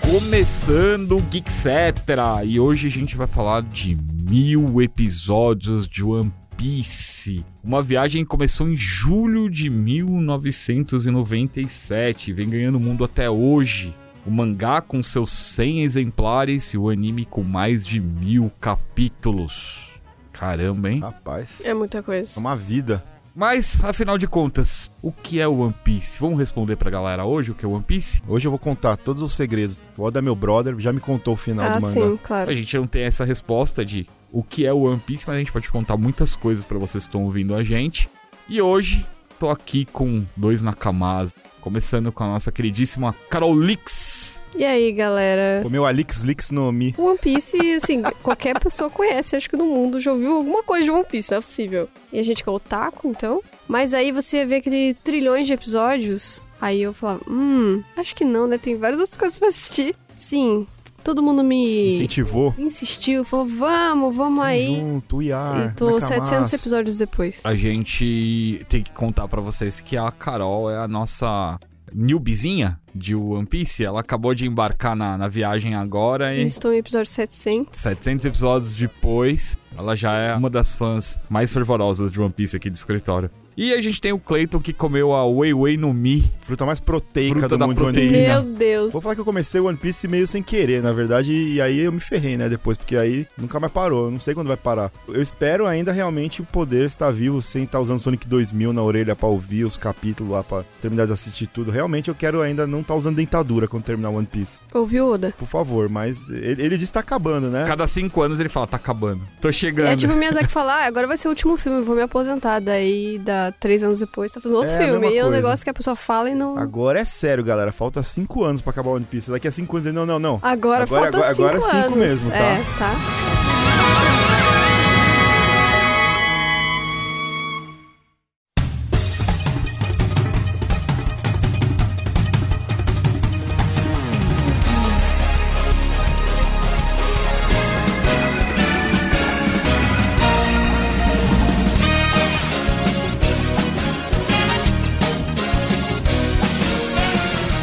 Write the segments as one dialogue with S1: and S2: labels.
S1: começando o Geekcetra e hoje a gente vai falar de mil episódios de One Piece. Uma viagem que começou em julho de 1997 e vem ganhando o mundo até hoje. O mangá com seus 100 exemplares e o anime com mais de mil capítulos. Caramba,
S2: Ah.
S1: hein?
S2: Rapaz,
S3: É muita
S2: é
S3: coisa.
S2: uma vida.
S1: Mas, afinal de contas, o que é o One Piece? Vamos responder pra galera hoje o que é o One Piece?
S2: Hoje eu vou contar todos os segredos. O Oda, é meu brother, já me contou o final
S3: Ah,
S2: do mangá.
S3: sim,
S1: A
S3: claro.
S1: gente não tem essa resposta de o que é o One Piece, mas a gente pode contar muitas coisas pra vocês que estão ouvindo a gente. E hoje, tô aqui com dois Nakamas, começando com a nossa queridíssima Carol Lix.
S3: E aí, galera?
S2: Comeu Alix Lix no Mi.
S3: O One Piece, assim, qualquer pessoa conhece, acho que no mundo já ouviu alguma coisa de One Piece, não é possível. E a gente que é otaku, então. Mas aí você vê aquele trilhões de episódios, aí eu falava, hum, acho que não, né? Tem várias outras coisas pra assistir. Sim, todo mundo me
S2: Incentivou.
S3: insistiu, falou, vamos, vamos aí.
S2: Junto, Iar.
S3: E tô
S2: Nakamas.
S3: 700 episódios depois.
S1: A gente tem que contar pra vocês que a Carol é a nossa newbiezinha de One Piece. Ela acabou de embarcar na, na viagem agora e...
S3: Estou em episódio 700.
S1: 700 episódios depois, ela já é uma das fãs mais fervorosas de One Piece aqui do escritório. E a gente tem o Clayton que comeu a Wei Wei no Mi.
S2: Fruta mais proteica
S1: Fruta
S2: do
S1: da
S2: mundo de One
S1: proteína.
S2: Piece.
S3: Meu Deus.
S2: Vou falar que eu comecei One Piece meio sem querer, na verdade, e aí eu me ferrei, né, depois, porque aí nunca mais parou, eu não sei quando vai parar. Eu espero ainda realmente poder estar vivo sem estar usando Sonic 2000 na orelha pra ouvir os capítulos lá, pra terminar de assistir tudo. Realmente eu quero ainda não estar usando dentadura quando terminar One Piece.
S3: Ouviu, Oda?
S2: Por favor, mas ele, ele diz que tá acabando, né?
S1: Cada cinco anos ele fala, tá acabando. Tô chegando.
S3: É tipo o Miyazaki falar, ah, agora vai ser o último filme, eu vou me aposentar. Daí, dá três anos depois, tá fazendo outro
S2: É, a
S3: filme.
S2: mesma
S3: E é um
S2: coisa.
S3: negócio que a pessoa fala e não... Agora,
S2: Agora é sério, galera. Falta cinco anos pra acabar One Piece. Daqui a cinco anos ele, não, não, não.
S3: Ah,
S2: agora-
S3: falta
S2: agora-
S3: cinco
S2: agora é cinco
S3: anos.
S2: mesmo, tá?
S3: É, tá?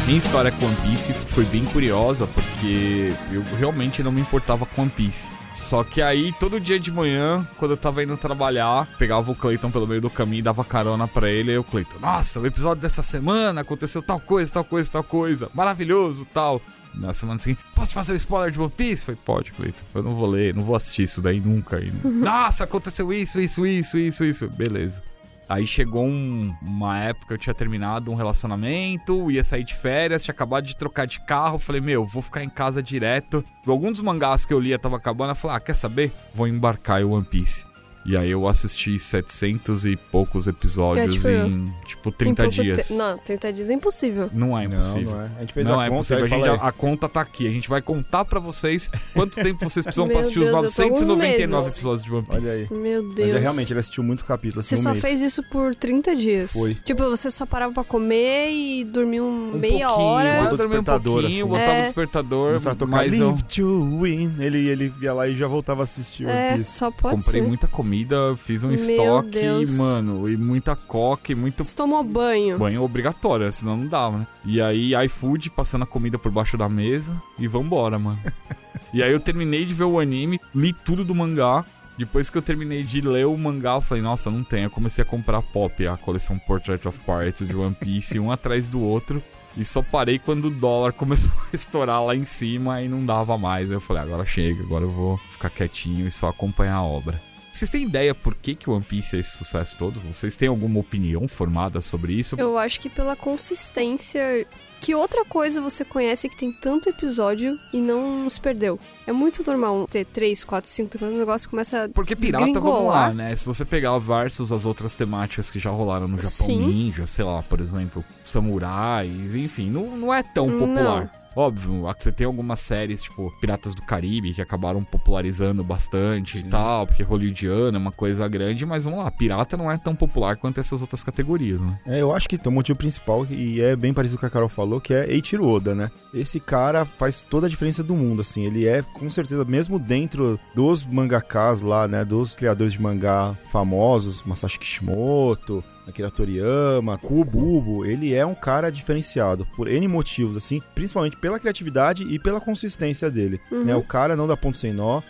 S1: Minha história com One Piece foi bem curiosa, porque eu realmente não me importava com One Piece. Só que aí, todo dia de manhã, quando eu tava indo trabalhar, pegava o Clayton pelo meio do caminho e dava carona pra ele. Aí o Clayton, nossa, o episódio dessa semana aconteceu tal coisa, tal coisa, tal coisa. Maravilhoso, tal. Na semana seguinte, posso fazer o spoiler de One Piece? Falei, pode, Cleiton. Eu não vou ler, não vou assistir isso daí nunca. E,
S3: Uhum.
S1: Nossa, aconteceu isso, isso, isso, isso, isso. Beleza. Aí chegou um- uma época, eu tinha terminado um relacionamento, ia sair de férias, tinha acabado de trocar de carro. Falei, meu, vou ficar em casa direto. Alguns dos mangás que eu lia tava acabando. Eu falei, ah, quer saber? Vou embarcar em One Piece. E aí eu assisti 700 e poucos episódios
S3: tipo eu.
S1: em, tipo,
S3: Em
S1: 30
S3: pouco
S1: dias.
S3: te- Não, 30 dias é impossível.
S1: Não é
S2: Não,
S1: impossível.
S2: não é. A gente fez
S1: não
S2: a
S1: é
S2: conta
S1: possível.
S2: e
S1: A, gente-
S2: fala,
S1: a conta tá aqui. A gente vai contar pra vocês quanto tempo vocês precisam pra
S3: Meu
S1: assistir os
S3: Deus, eu tô um alguns
S1: 999
S3: meses.
S1: episódios de One Piece.
S2: olha aí.
S3: Meu Deus.
S2: Mas é, realmente, ele assistiu muito capítulo, assim,
S3: Você
S2: um
S3: só
S2: mês.
S3: fez isso por 30 dias.
S2: Foi.
S3: Tipo, você só parava pra comer e dormir um
S1: Um
S3: meia
S1: pouquinho,
S3: hora.
S1: eu
S2: Botou
S1: dormia um
S2: despertador,
S1: pouquinho,
S2: assim.
S1: botava
S3: É.
S1: o despertador,
S2: Começava a tocar
S1: mas eu
S2: Live to Win. Ele, ele ia lá e já voltava a assistir One
S3: É,
S2: Piece.
S3: só pode
S1: comprei
S3: ser.
S1: muita comida, fiz um
S3: Meu
S1: estoque,
S3: Deus.
S1: mano, e muita coca e muito
S3: Você tomou banho.
S1: banho obrigatório, né? senão não dava, né? E aí iFood passando a comida por baixo da mesa e vambora, mano. e aí eu terminei de ver o anime, li tudo do mangá. Depois que eu terminei de ler o mangá, eu falei, nossa, não tem. Eu comecei a comprar pop, a coleção Portrait of Pirates de One Piece, um atrás do outro. E só parei quando o dólar começou a estourar lá em cima e não dava mais. Aí eu falei, agora chega, agora eu vou ficar quietinho e só acompanhar a obra. Vocês têm ideia por que, que One Piece é esse sucesso todo? Vocês têm alguma opinião formada sobre isso?
S3: Eu acho que pela consistência. Que outra coisa você conhece que tem tanto episódio e não se perdeu? É muito normal ter 3, 4, 5 temporadas, o negócio começa.
S1: Porque pirata, vamos lá,
S3: Desgringolar.
S1: né? Se você pegar versus as outras temáticas que já rolaram no Japão
S3: Sim.
S1: Ninja, sei lá, por exemplo, samurais, enfim, não, não é tão
S3: Não.
S1: popular. Óbvio, a- você tem algumas séries, tipo, Piratas do Caribe, que acabaram popularizando bastante e
S2: Sim.
S1: tal, porque hollywoodiana é uma coisa grande, mas vamos lá, pirata não é tão popular quanto essas outras categorias, né?
S2: É, eu acho que tem um motivo principal, e é bem parecido com o que a Carol falou, que é Eiichiro Oda, né? Esse cara faz toda a diferença do mundo, assim. Ele é, com certeza, mesmo dentro dos mangakas lá, né? Dos criadores de mangá famosos, Masashi Kishimoto, Akira Toriyama, Kububo, ele é um cara diferenciado por N motivos, assim, principalmente pela criatividade e pela consistência dele.
S3: Uhum.
S2: Né? O cara não dá ponto sem nó.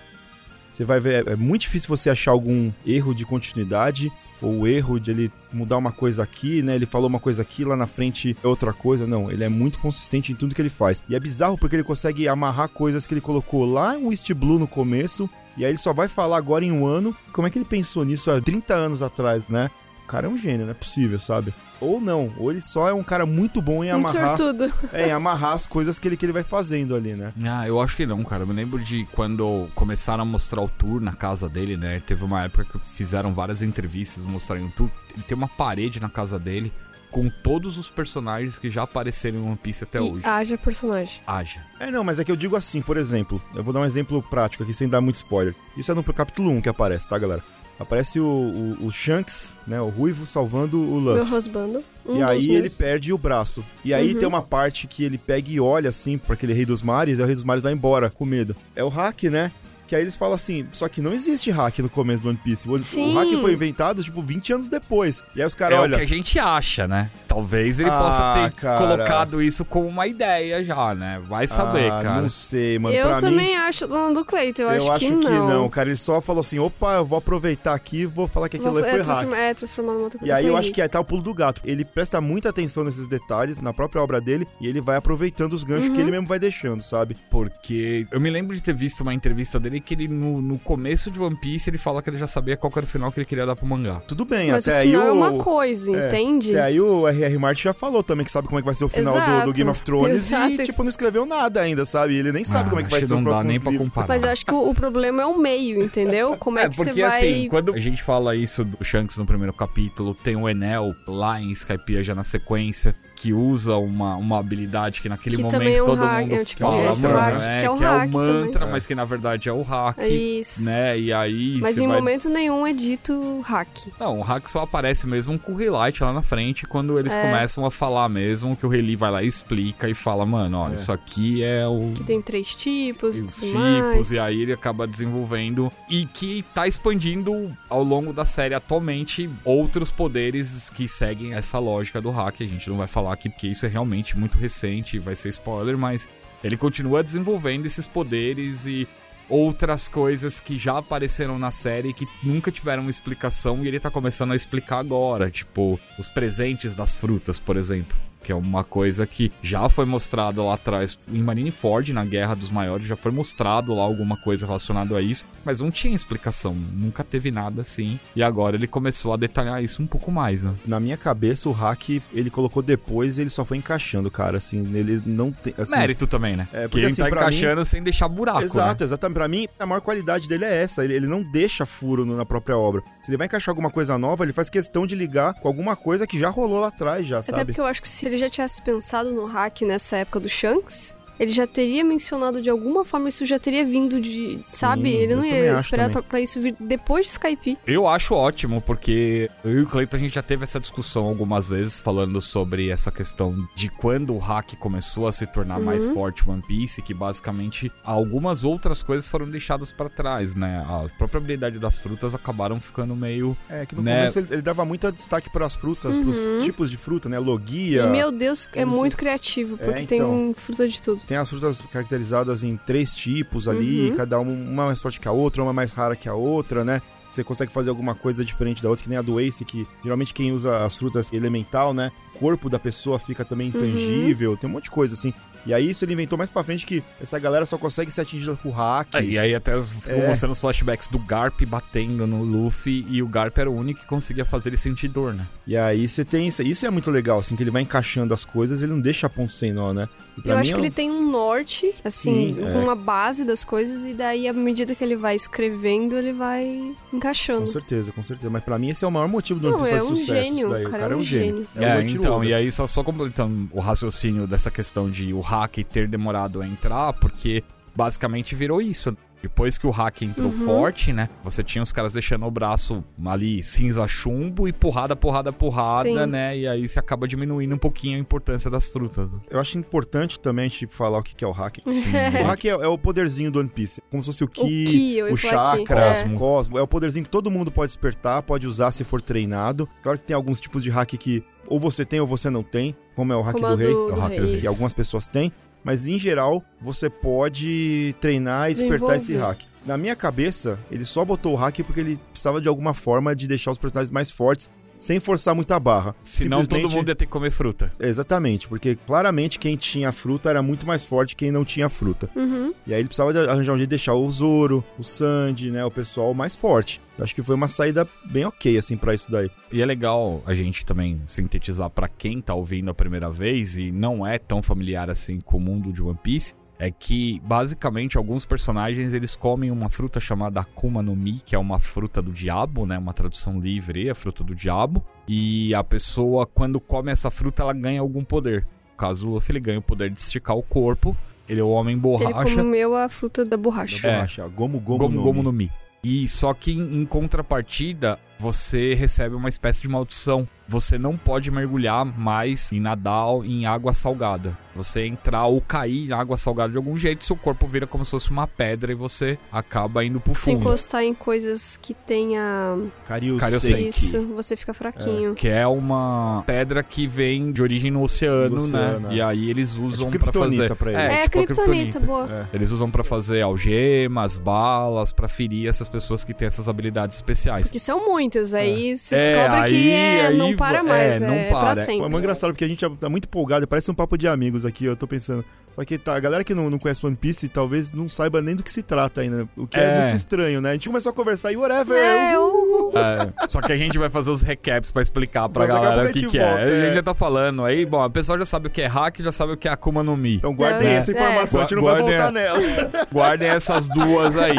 S2: Você vai ver, é muito difícil você achar algum erro de continuidade ou erro de ele mudar uma coisa aqui, né? Ele falou uma coisa aqui, lá na frente é outra coisa. Não, ele é muito consistente em tudo que ele faz. E é bizarro porque ele consegue amarrar coisas que ele colocou lá em um East Blue no começo, e aí ele só vai falar agora em um ano. Como é que ele pensou nisso há 30 anos atrás, né? O cara é um gênio, não é possível, sabe? Ou não, ou ele só é um cara muito bom em
S3: Um
S2: amarrar,
S3: sortudo.
S2: é, em amarrar as coisas que ele, que ele vai fazendo ali, né?
S1: Ah, eu acho que não, cara. Eu me lembro de quando começaram a mostrar o tour na casa dele, né? Teve uma época que fizeram várias entrevistas mostrando o tour. Ele tem uma parede na casa dele com todos os personagens que já apareceram em One Piece até hoje.
S3: E haja personagem.
S1: Haja.
S2: É, não, mas é que eu digo assim, por exemplo, eu vou dar um exemplo prático aqui sem dar muito spoiler. Isso é no capítulo 1 que aparece, tá, galera? Aparece o, o- o Shanks, né, o Ruivo, salvando o
S3: Meu
S2: Luffy.
S3: rosbando. Um
S2: e
S3: dos
S2: aí ele
S3: meus. Uhum.
S2: perde o braço. E aí tem uma parte que ele pega e olha assim pra aquele rei dos mares, e o rei dos mares vai embora com medo. É o hack, né? Que aí eles falam assim, só que não existe hack no começo do One Piece. O, One- o
S3: Sim.
S2: hack foi inventado, tipo, 20 anos depois. E aí os caras,
S1: é
S2: olha,
S1: o que a gente acha, né? Talvez ele
S2: Ah,
S1: possa ter
S2: cara.
S1: colocado isso como uma ideia já, né? Vai saber,
S2: "Ah,
S1: cara.
S2: não sei, mano.
S3: Eu
S2: pra mim,
S3: também acho do do Cleiton, eu,
S2: eu acho que, não.
S3: não.
S2: cara. Ele só falou assim: opa, eu vou aproveitar aqui e vou falar que aquilo
S3: Vou-
S2: ali
S3: é,
S2: foi hack.
S3: transforma, é, transformar numa outra
S2: E
S3: coisa.
S2: aí eu
S3: Foi
S2: acho que aí tá o pulo do gato. Ele presta muita atenção nesses detalhes, na própria obra dele, e ele vai aproveitando os ganchos
S3: Uhum.
S2: que ele mesmo vai deixando, sabe?
S1: Porque eu me lembro de ter visto uma entrevista dele que ele, no, no começo de One Piece, ele fala que ele já sabia qual que era o final que ele queria dar pro mangá.
S2: Tudo bem,
S3: Mas o
S2: até aí
S3: final
S2: o.
S3: é uma coisa,
S2: é,
S3: entende?
S2: Até aí o R.R. Martin já falou também que sabe como é que vai ser o final do, do
S3: Exato,
S2: Game of Thrones
S3: exato,
S2: e, tipo,
S3: isso.
S2: não escreveu nada ainda, sabe? Ele nem sabe
S1: Ah,
S2: como é que vai
S1: acho
S2: ser os
S1: não dá
S2: próximos
S1: nem pra
S2: livros.
S1: comparar.
S3: Mas eu acho que o, o problema é o meio, entendeu? Como é,
S1: É,
S3: que você
S1: porque
S3: vai...
S1: assim, quando a gente fala isso do Shanks no primeiro capítulo, tem o Enel lá em Skypiea já na sequência, que usa uma, uma habilidade que naquele
S3: Que
S1: momento
S3: também é um
S1: todo
S3: hack,
S1: mundo
S3: é um tipo
S2: de
S1: fala,
S2: extra
S1: mano,
S2: hack,
S1: é,
S3: que é o hack
S1: mantra,
S2: também.
S1: mas que na verdade é o hack,
S3: É isso.
S1: né? E aí
S3: Mas
S1: você
S3: em
S1: vai...
S3: momento nenhum é dito hack.
S1: Não, o hack só aparece mesmo com o Relight lá na frente, quando eles
S3: É.
S1: começam a falar mesmo, que o Reli vai lá e explica e fala, mano, olha,
S2: É.
S1: isso aqui é o
S3: Que tem três tipos,
S1: os
S3: tudo
S1: tipos,
S3: mais.
S1: e aí ele acaba desenvolvendo e que tá expandindo ao longo da série atualmente outros poderes que seguem essa lógica do hack. A gente não vai falar aqui porque isso é realmente muito recente, vai ser spoiler, mas ele continua desenvolvendo esses poderes e outras coisas que já apareceram na série que nunca tiveram explicação e ele tá começando a explicar agora, tipo os presentes das frutas, por exemplo. Que é uma coisa que já foi mostrada lá atrás em Marineford, na Guerra dos Maiores, já foi mostrado lá alguma coisa relacionada a isso, mas não tinha explicação, nunca teve nada assim. E agora ele começou a detalhar isso um pouco mais, né?
S2: Na minha cabeça, o hack ele colocou depois e ele só foi encaixando, cara. Assim, ele não tem. Assim,
S1: Mérito também, né?
S2: É,
S1: Porque
S2: porque,
S1: ele
S2: assim,
S1: tá
S2: pra mim-
S1: encaixando sem deixar buraco. né?
S2: Exato, exatamente. Pra mim, a maior qualidade dele é essa. Ele, ele não deixa furo no- na própria obra. Se ele vai encaixar alguma coisa nova, ele faz questão de ligar com alguma coisa que já rolou lá atrás, já,
S3: Até
S2: sabe?
S3: porque eu acho que se ele já tivesse pensado no hack nessa época do Shanks, ele já teria mencionado de alguma forma, isso já teria vindo de. sabe? Ele
S2: eu
S3: não
S2: também
S3: ia
S2: acho
S3: esperar
S2: também.
S3: pra, pra isso vir depois de Skype.
S1: Eu acho ótimo, porque eu e o Cleiton a gente já teve essa discussão algumas vezes, falando sobre essa questão de quando o hack começou a se tornar mais forte One Piece, que basicamente algumas outras coisas foram deixadas pra trás, né? A própria habilidade das frutas acabaram ficando meio.
S2: É, que no
S1: Né?
S2: começo ele, ele dava muito destaque pras frutas,
S3: Uhum.
S2: pros tipos de fruta, né? Logia.
S3: E meu Deus, é
S2: Eu não
S3: muito criativo, porque
S2: então.
S3: tem um fruta de tudo.
S2: Tem as frutas caracterizadas em três tipos ali,
S3: Uhum.
S2: cada uma, uma é mais forte que a outra, uma mais rara que a outra, né? Você consegue fazer alguma coisa diferente da outra, que nem a do Ace, que geralmente quem usa as frutas elemental, né? O corpo da pessoa fica também
S3: Uhum.
S2: intangível, tem um monte de coisa assim. E aí isso ele inventou mais pra frente que essa galera só consegue ser atingida com hack.
S1: E aí até as- ficou
S2: É.
S1: mostrando os flashbacks do Garp batendo no Luffy, e o Garp era o único que conseguia fazer ele sentir dor, né?
S2: E aí você tem isso. Isso é muito legal, assim, que ele vai encaixando as coisas, ele não deixa ponto sem nó, né? E pra
S3: eu
S2: mim
S3: acho
S2: é
S3: que ele tem um norte, assim,
S2: Sim,
S3: com
S2: é.
S3: uma base das coisas, e daí, à medida que ele vai escrevendo, ele vai
S2: Com
S3: encaixando.
S2: certeza, com certeza. Mas pra mim esse é o maior motivo do
S3: Não,
S2: One Piece
S3: é
S2: fazer
S3: um
S2: sucesso. isso
S3: gênio,
S2: daí.
S3: o cara é um gênio.
S2: o
S1: É,
S2: Eiichiro
S1: então,
S2: Oda.
S1: e aí só, só completando o raciocínio dessa questão de o hack ter demorado a entrar, porque basicamente virou isso. Depois que o hack entrou forte, né? Você tinha os caras deixando o braço ali cinza chumbo e porrada, porrada, porrada,
S3: Sim.
S1: né? E aí você acaba diminuindo um pouquinho a importância das frutas. né?
S2: Eu acho importante também a gente falar o que que é o hack. O hack é, é o poderzinho do One Piece. Como se fosse o Ki,
S3: O Ki, eu ia
S2: o
S3: falar Ki.
S2: chakra,
S1: É.
S2: o cosmo. É o poderzinho que todo mundo pode despertar, pode usar se for treinado. Claro que tem alguns tipos de hack que ou você tem ou você não tem, como é o hack
S3: Como
S2: do
S3: a
S2: rei,
S1: é o
S3: do
S1: hack do
S3: rei.
S1: rei.
S2: que algumas pessoas têm. Mas em geral, você pode treinar e despertar esse
S3: Desenvolve.
S2: hack. Na minha cabeça, ele só botou o hack porque ele precisava de alguma forma de deixar os personagens mais fortes, sem forçar muita barra.
S1: Senão todo
S2: Simplesmente-
S1: mundo ia ter que comer fruta.
S2: Exatamente, porque claramente quem tinha fruta era muito mais forte que quem não tinha fruta.
S3: Uhum.
S2: E aí ele precisava de arranjar um jeito de deixar o Zoro, o Sandy, né, o pessoal mais forte. Eu acho que foi uma saída bem ok, assim, pra isso daí.
S1: E é legal a gente também sintetizar pra quem tá ouvindo a primeira vez e não é tão familiar assim com o mundo de One Piece, é que basicamente alguns personagens eles comem uma fruta chamada Akuma no Mi, que é uma fruta do diabo, né? Uma tradução livre, a fruta do diabo. E a pessoa quando come essa fruta ela ganha algum poder. No caso, o Luffy ele ganha o poder de esticar o corpo. Ele é o homem
S3: Ele
S1: borracha.
S3: comeu a fruta da borracha.
S1: É.
S2: Eu acho, ó, Gomu Gomu,
S1: Gomu
S2: no
S1: Gomu
S2: Mi.
S1: no Mi. E só que em, em contrapartida, você recebe uma espécie de maldição. Você não pode mergulhar mais em nadar em água salgada. Você entrar ou cair em água salgada de algum jeito, seu corpo vira como se fosse uma pedra e você acaba indo pro
S3: Se
S1: fundo.
S3: encostar em coisas que tenha
S2: Karyu
S1: Kariusei.
S2: Sei.
S1: Sei
S3: isso, você fica fraquinho.
S1: Que é uma pedra que vem de origem no oceano,
S2: Do oceano,
S1: né?
S2: é.
S1: E aí eles usam pra fazer.
S2: criptonita pra eles.
S1: É,
S3: É,
S1: tipo a
S3: criptonita,
S1: criptonita.
S3: boa.
S2: É.
S1: Eles usam pra fazer algemas, balas, pra ferir essas pessoas que têm essas habilidades especiais.
S3: Porque são muitas, aí você
S1: É,
S3: descobre que
S1: aí-
S3: é, não
S1: aí
S3: para
S1: vo-
S3: mais, é,
S1: é, não
S3: pra
S1: para.
S2: Pô, É
S3: sempre.
S2: muito engraçado porque a gente tá muito empolgado, parece um papo de amigos aqui, eu tô pensando. Só que tá, a galera que não, não conhece One Piece talvez não saiba nem do que se trata ainda, o que é,
S1: É.
S2: muito estranho, né? A gente começou a conversar e whatever.
S3: É, o-
S1: É, só que a gente vai fazer os recaps pra explicar pra
S2: Mas daqui a
S1: galera
S2: pouco
S1: o
S2: a
S1: que,
S2: gente
S1: que é.
S2: volta,
S1: A
S2: é.
S1: gente já tá falando aí, bom, o pessoal já sabe o que é hack, já sabe o que é Akuma no Mi.
S2: Então guardem
S3: É.
S2: essa informação, a gente não vai
S1: Guardem
S2: voltar
S1: a-
S2: nela.
S1: Guardem essas duas aí.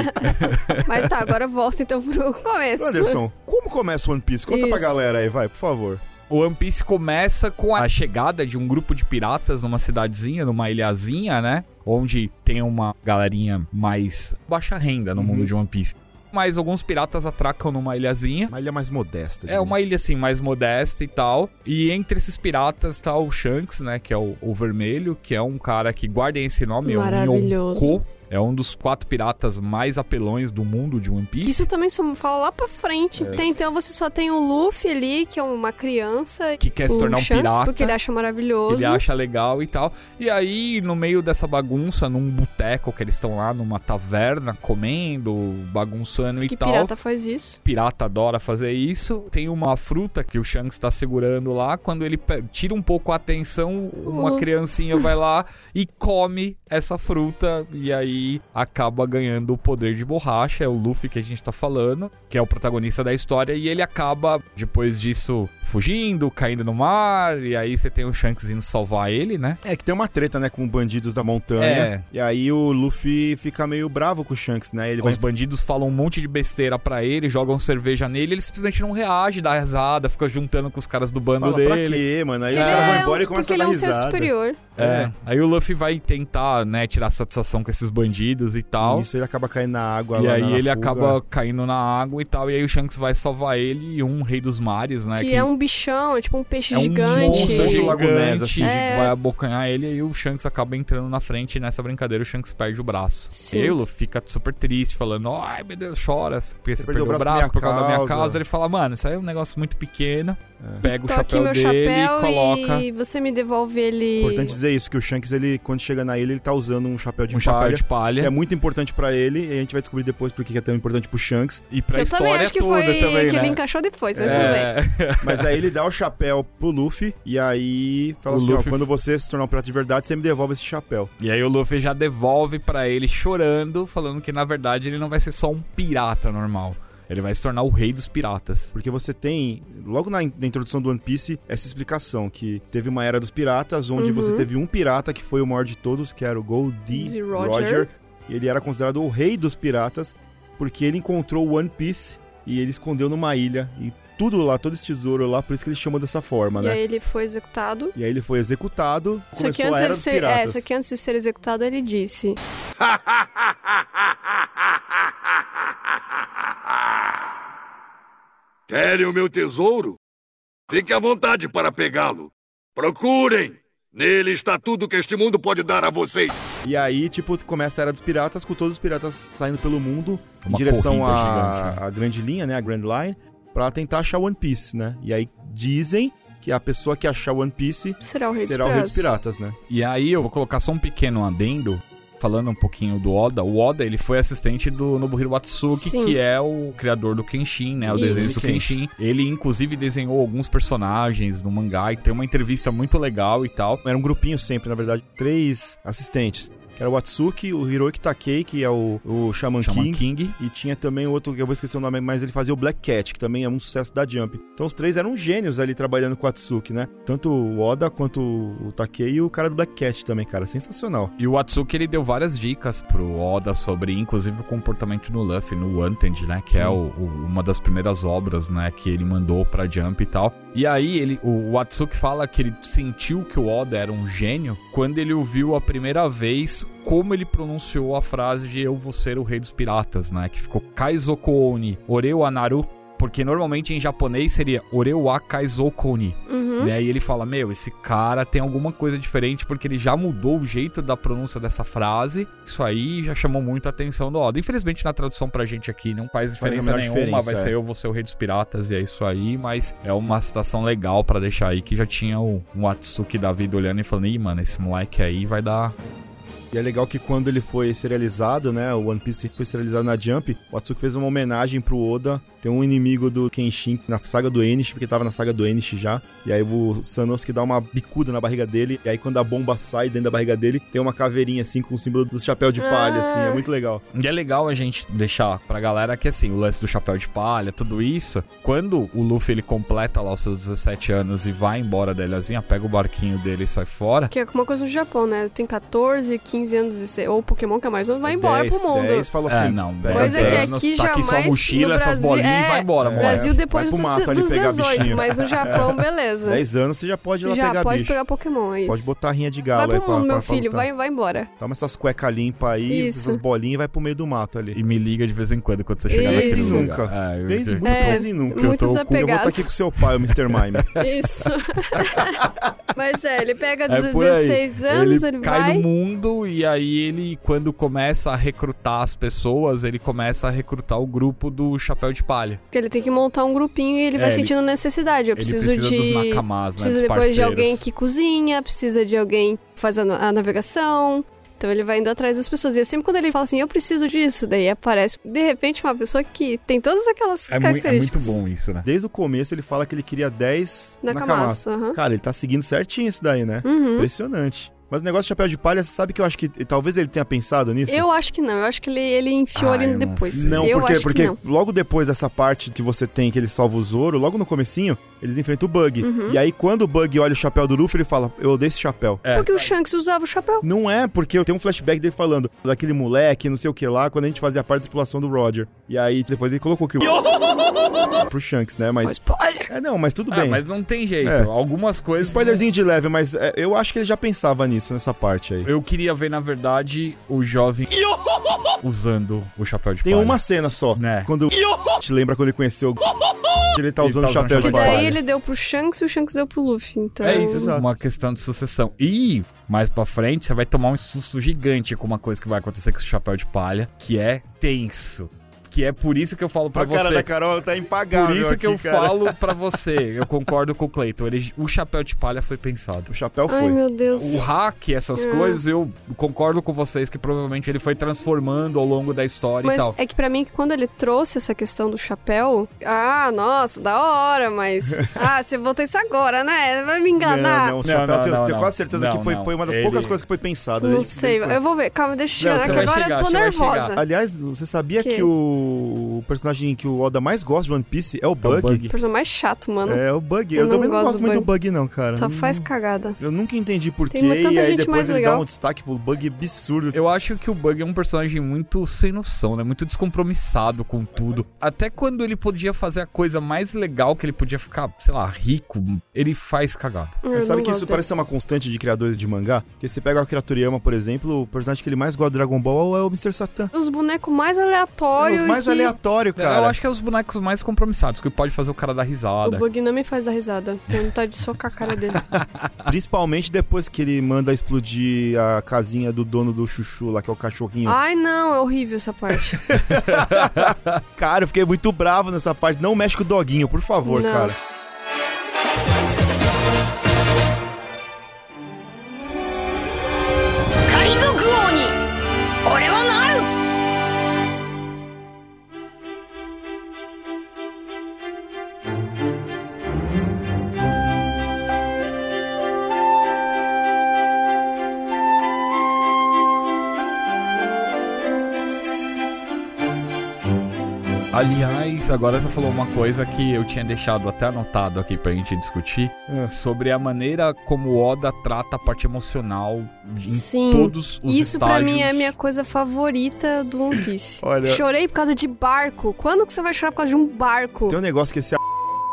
S3: Mas tá, agora volta então pro começo.
S2: Anderson, como começa One Piece? Conta pra
S3: Isso.
S2: galera aí, vai, por favor.
S1: O One Piece começa com a chegada de um grupo de piratas numa cidadezinha, numa ilhazinha, né? Onde tem uma galerinha mais baixa renda no
S2: Uhum.
S1: mundo de One Piece. Mas alguns piratas atracam numa ilhazinha.
S2: Uma ilha mais modesta.
S1: É uma ilha assim mais modesta e tal. E entre esses piratas tá o Shanks, né? Que é o, o vermelho, que é um cara que guardem esse nome, é o
S3: Maravilhoso.
S1: Nyonko. É um dos quatro piratas mais apelões do mundo de One Piece.
S3: Isso também só fala lá pra frente.
S2: É.
S3: Tem, então você só tem o Luffy ali, que é uma criança.
S1: Que quer se
S3: o
S1: tornar um
S3: Shanks,
S1: pirata.
S3: porque ele é acha maravilhoso.
S1: Ele acha legal e tal. E aí, no meio dessa bagunça, num boteco que eles estão lá, numa taverna, comendo, bagunçando e
S3: que
S1: tal.
S3: pirata faz isso.
S1: pirata adora fazer isso. Tem uma fruta que o Shanks tá segurando lá. Quando ele pe- tira um pouco a atenção, uma
S3: Uhum.
S1: criancinha vai lá e come essa fruta. E aí acaba ganhando o poder de borracha. É o Luffy que a gente tá falando, que é o protagonista da história. E ele acaba, depois disso, fugindo, caindo no mar. E aí você tem o Shanks indo salvar ele, né?
S2: É que tem uma treta, né, com bandidos da montanha.
S1: É.
S2: E aí o Luffy fica meio bravo com o Shanks, né? Ele
S1: Os
S2: vai.
S1: bandidos falam um monte de besteira pra ele, jogam cerveja nele, ele simplesmente não reage, dá risada, fica juntando com os caras do bando
S2: Fala, pra
S1: dele.
S2: quê, mano? Aí
S3: Porque
S2: os
S3: ele
S2: caras vão
S3: é
S2: embora
S3: um-
S2: e começam
S3: porque
S2: a
S3: ele
S2: dar
S3: é um ser
S2: risada.
S3: superior.
S1: É. Aí o Luffy vai tentar, né, tirar satisfação com esses bandidos e tal.
S2: Isso ele acaba caindo na água
S1: E
S2: lá na-
S1: aí
S2: na
S1: ele
S2: fuga.
S1: acaba caindo na água e tal. E aí o Shanks vai salvar ele e um rei dos mares, né?
S3: que é um bichão, é tipo um peixe
S1: é um
S3: gigante.
S1: monstro
S2: Monstro
S1: gigante,
S2: lagunés, assim,
S3: É.
S1: vai abocanhar ele e o Shanks acaba entrando na frente e nessa brincadeira o Shanks perde o braço.
S3: Sim.
S1: E aí o Luffy fica super triste, falando, ai meu Deus, chora, assim, porque você, perdeu, o
S2: por
S1: braço
S2: minha
S1: por causa da minha
S2: causa."
S1: causa. Ele fala, mano, isso aí é um negócio muito pequeno,
S2: É.
S1: pega o
S3: Tô aqui
S1: chapéu
S3: meu
S1: dele
S3: chapéu
S1: e coloca...
S3: e você me devolve ele.
S2: Importante dizer isso, que o Shanks, ele, quando chega na ilha, ele tá usando um chapéu de
S1: Um
S2: palha.
S1: chapéu de palha.
S2: que é muito importante pra ele, e a gente vai descobrir depois porque que é tão importante pro Shanks.
S1: E pra
S3: eu também
S1: história
S3: acho que
S1: toda
S3: foi
S1: também,
S3: que
S1: né?
S3: ele encaixou depois, mas tudo bem.
S1: É.
S2: Mas aí ele dá o chapéu pro Luffy, e aí fala
S1: O
S2: assim:
S1: Luffy-
S2: ó, quando você se tornar um pirata de verdade, você me devolve esse chapéu.
S1: E aí o Luffy já devolve pra ele chorando, falando que na verdade ele não vai ser só um pirata normal. Ele vai se tornar o rei dos piratas.
S2: Porque você tem, logo na, in- na introdução do One Piece, essa explicação que teve uma era dos piratas, onde
S3: Uhum.
S2: você teve um pirata que foi o maior de todos, que era o Goldie
S3: De
S2: Roger.
S3: Roger.
S2: e ele era considerado o rei dos piratas, porque ele encontrou o One Piece e ele escondeu numa ilha, e tudo lá, todo esse tesouro lá, por isso que ele chamou dessa forma,
S3: E
S2: né?
S3: aí ele foi executado.
S2: E aí ele foi executado,
S3: Só que,
S2: começou a
S3: antes
S2: era
S3: ele
S2: dos
S3: ser, é,
S2: piratas.
S3: só que antes de ser executado, ele disse:
S4: Querem o meu tesouro? Fique à vontade para pegá-lo. Procurem! Nele está tudo que este mundo pode dar a vocês.
S2: E aí, tipo, começa a Era dos Piratas, com todos os piratas saindo pelo mundo em
S1: Uma
S2: direção
S1: corrida
S2: à
S1: gigante,
S2: à grande linha, né? A Grand Line, pra tentar achar One Piece, né? E aí dizem que a pessoa que achar One Piece
S3: Será o rei dos
S2: será o Rei dos Piratas, né?
S1: E aí eu vou colocar só um pequeno adendo, falando um pouquinho do Oda. O Oda, ele foi assistente do Nobuhiro Watsuki,
S3: Sim.
S1: que é o criador do Kenshin, né? O
S3: Isso.
S1: desenho do Kenshin. Ele, inclusive, desenhou alguns personagens no mangá e tem uma entrevista muito legal e tal.
S2: Era um grupinho sempre, na verdade, três assistentes. Que era o Watsuki, o Hiroki Takei, que é o, o Shaman,
S1: Shaman
S2: King,
S1: King.
S2: E tinha também outro, que eu vou esquecer o nome, mas ele fazia o Black Cat, que também é um sucesso da Jump. Então os três eram gênios ali trabalhando com o Atsuki, né? Tanto o Oda quanto o Takei e o cara do Black Cat também, cara. Sensacional.
S1: E o Atsuki, ele deu várias dicas pro Oda sobre, inclusive, o comportamento no Luffy, no Wanted, né? Que é
S2: Sim.
S1: o- o- uma das primeiras obras, né? Que ele mandou pra Jump e tal. E aí, ele, o, o Atsuki fala que ele sentiu que o Oda era um gênio quando ele ouviu a primeira vez como ele pronunciou a frase de eu vou ser o rei dos piratas, né? Que ficou Kaizoku Oni, Oreu Anaru. Porque normalmente em japonês seria Oreu a Kaizoku Oni.
S3: Uhum.
S1: Né? E ele fala: Meu, esse cara tem alguma coisa diferente porque ele já mudou o jeito da pronúncia dessa frase. Isso aí já chamou muito a atenção do Oda. Infelizmente, na tradução pra gente aqui não faz
S2: Faz a
S1: diferença
S2: menor
S1: nenhuma.
S2: diferença,
S1: vai
S2: é.
S1: ser eu, vou ser o Rei dos Piratas e é isso aí. Mas é uma citação legal pra deixar aí que já tinha o, um Atsuki da vida olhando e falando: Ih, mano, esse moleque aí vai dar.
S2: E é legal que quando ele foi serializado, né? O One Piece foi serializado na Jump, o Atsuki fez uma homenagem pro Oda. Tem um inimigo do Kenshin na saga do Enish, porque tava na saga do Enish já. E aí o Sanosuke dá uma bicuda na barriga dele. E aí quando a bomba sai dentro da barriga dele, tem uma caveirinha assim com o símbolo do chapéu de palha,
S3: Ah.
S2: assim. É muito legal.
S1: E é legal a gente deixar pra galera que, assim, o lance do chapéu de palha, tudo isso. Quando o Luffy ele completa lá os seus 17 anos e vai embora da ilhazinha, pega o barquinho dele e sai fora.
S3: Que é alguma coisa no Japão, né? Tem 14, 15 anos, e se- ou o Pokémon que é mais novo, vai embora
S2: 10,
S3: pro mundo.
S2: 10, falou assim,
S1: é, não.
S2: pega
S3: Coisa que
S2: 10.
S1: Brasil,
S3: aqui
S1: tá aqui só
S3: jamais
S1: mochila,
S3: no
S1: essas
S3: Brasil-
S1: bolinhas e
S3: é,
S1: vai embora,
S2: é.
S1: moleque.
S3: Brasil depois
S2: pro
S3: dos,
S2: mato ali
S3: dos
S2: pegar
S3: 18,
S2: bichinho.
S3: mas no Japão, beleza.
S2: 10 anos você já pode ir lá
S3: Já
S2: pegar
S3: pode
S2: bicho.
S3: pegar Pokémon, é isso.
S2: Pode botar rinha de
S3: vai
S2: galo
S3: pro
S2: aí pra,
S3: mundo, meu
S2: pra- pra
S3: filho,
S2: lutar.
S3: vai, vai embora.
S2: Toma essas cuecas limpas aí,
S3: Isso.
S2: essas bolinhas e vai pro meio do mato ali.
S1: E me liga de vez em quando quando você chegar
S3: Isso.
S1: naquele
S3: Vez
S1: lugar.
S2: nunca.
S1: É, eu-
S2: Vez, muito
S3: É,
S2: vez e então, assim, nunca.
S3: muito
S2: eu, tô, com- eu vou estar
S3: desapegado.
S2: aqui com seu pai, o Mr. Mime.
S3: Isso. mas é, ele pega
S1: É por aí.
S3: 16 anos, ele,
S1: cai
S3: vai.
S1: no mundo e aí ele, quando começa a recrutar as pessoas, ele começa a recrutar o grupo do Chapéu de Palha.
S3: Porque ele tem que montar um grupinho e ele
S1: É,
S3: vai
S1: ele-
S3: sentindo necessidade. Eu
S1: Ele
S3: preciso
S1: precisa
S3: de.
S1: dos Nakamas, né?
S3: precisa
S1: Dos
S3: depois
S1: parceiros.
S3: de alguém que cozinha, precisa de alguém que faz a, na- a navegação. Então ele vai indo atrás das pessoas. E é sempre quando ele fala assim, eu preciso disso, daí aparece de repente uma pessoa que tem todas aquelas
S1: É, mui- é muito
S3: características.
S1: bom isso, né?
S2: Desde o começo ele fala que ele queria 10
S3: Na
S2: Nakamas.
S3: Camaço. aham.
S2: Cara, ele tá seguindo certinho isso daí, né?
S3: Uhum.
S2: Impressionante. Mas o negócio de chapéu de palha, você sabe que eu acho que talvez ele tenha pensado nisso?
S3: Eu acho que não, eu acho que ele, ele enfiou
S1: Ah,
S3: ali
S1: eu não
S3: depois.
S1: sei.
S2: Não,
S3: eu
S2: porque,
S3: acho
S2: porque
S3: que não.
S2: logo depois dessa parte que você tem que ele salva o Zoro, logo no comecinho, eles enfrentam o Bug.
S3: Uhum.
S2: E aí quando o Bug olha o chapéu do Luffy, ele fala: "Eu odeio esse chapéu".
S1: É.
S3: Porque o Shanks usava o chapéu.
S2: Não é, porque eu tenho um flashback dele falando daquele moleque, não sei o que lá, quando a gente fazia parte da tripulação do Roger. E aí depois ele colocou que pro Shanks, né? Mas
S3: Spoiler!
S2: é não, mas tudo
S1: Ah,
S2: bem.
S1: mas não tem jeito.
S2: É.
S1: Algumas coisas.
S2: Spoilerzinho de leve, mas é, eu acho que ele já pensava nisso nessa parte aí.
S1: Eu queria ver, na verdade, o jovem usando o chapéu de
S2: Tem
S1: palha.
S2: uma cena só,
S1: Né.
S2: quando te lembra quando ele conheceu o ele tá
S1: Ele
S2: usando
S1: tá
S2: o chapéu de
S3: Que
S1: Spoiler.
S3: daí
S2: palha.
S3: ele deu pro Shanks e o Shanks deu pro Luffy. Então.
S1: É isso,
S2: Exato.
S1: uma questão de sucessão. E mais pra frente, você vai tomar um susto gigante com uma coisa que vai acontecer com esse chapéu de palha, que é tenso. Que é por isso que eu falo pra
S2: A cara da
S1: você.
S2: Carol tá impagável
S1: Por isso que
S2: aqui,
S1: eu
S2: cara.
S1: falo pra você. Eu concordo com o Cleiton. ele- O chapéu de palha foi pensado.
S2: O chapéu foi.
S3: Ai, meu Deus.
S1: O hack, essas
S3: É.
S1: coisas, eu concordo com vocês que provavelmente ele foi transformando ao longo da história e
S3: Mas
S1: tal.
S3: é que pra mim, que quando ele trouxe essa questão do chapéu, ah, nossa, da hora, mas. ah, você botou isso agora, né? Vai me enganar.
S2: Não, não, o
S1: Não,
S2: chapéu,
S1: não,
S2: eu tenho,
S1: não,
S2: tenho
S1: não.
S2: quase certeza
S1: Não,
S2: que foi,
S1: não.
S2: foi uma das
S1: Ele-
S2: poucas coisas que foi pensada.
S3: Não,
S2: Ele-
S3: sei, eu vou ver. Calma, deixa eu
S1: Não,
S3: chegar,
S1: você
S3: que
S1: vai
S3: agora
S1: chegar,
S3: eu tô
S1: você vai
S3: nervosa.
S1: chegar.
S2: Aliás, você sabia que,
S3: Que?
S2: o personagem que o Oda mais gosta de One Piece é o
S1: É o
S2: Bug?
S1: Bug.
S3: O personagem mais chato, mano.
S2: É, o Bug. Eu,
S3: Eu não
S2: também não
S3: gosto
S2: gosto
S3: do
S2: muito do Bug, não, cara.
S3: Só
S2: Não-
S3: faz cagada.
S2: Eu nunca entendi porquê,
S3: Tem tanta
S2: e aí
S3: gente
S2: depois
S3: mais
S2: ele dá
S3: legal.
S2: um destaque pro Bug absurdo.
S1: Eu acho que o Bug é um personagem muito sem noção, né? Muito descompromissado com tudo. Até quando ele podia fazer a coisa mais legal, que ele podia ficar, sei lá, rico, ele faz cagada.
S3: Eu
S2: Mas sabe
S3: não
S2: que
S3: gosto
S2: isso
S3: dele.
S2: parece ser uma constante de criadores de mangá? Porque você pega o Akira Toriyama, por exemplo, o personagem que ele mais gosta do Dragon Ball é o Mr. Satan.
S3: Os bonecos mais
S2: É um dos
S3: aleatórios.
S2: mais
S3: que-
S2: aleatório, cara.
S1: Eu acho que é os bonecos mais compromissados, que pode fazer o cara dar
S3: O
S1: risada.
S3: bug não me faz dar risada. Tenho vontade de socar a cara dele.
S2: Principalmente depois que ele manda explodir a casinha do dono do chuchu lá, que é o cachorrinho.
S3: Ai, não, é horrível essa parte.
S2: Cara, eu fiquei muito bravo nessa parte. Não mexe com o doguinho, por favor,
S3: Não.
S2: cara.
S1: Aliás, agora você falou uma coisa que eu tinha deixado até anotado aqui pra gente discutir. é,
S2: Ah.
S1: Sobre a maneira como o Oda trata a parte emocional de- em
S3: Sim.
S1: todos os
S3: Isso pra mim é a
S1: estágios.
S3: minha coisa favorita do One Piece.
S2: Olha-
S3: Chorei por causa de barco. Quando que você vai chorar por causa de um barco?
S2: Tem um negócio que esse a...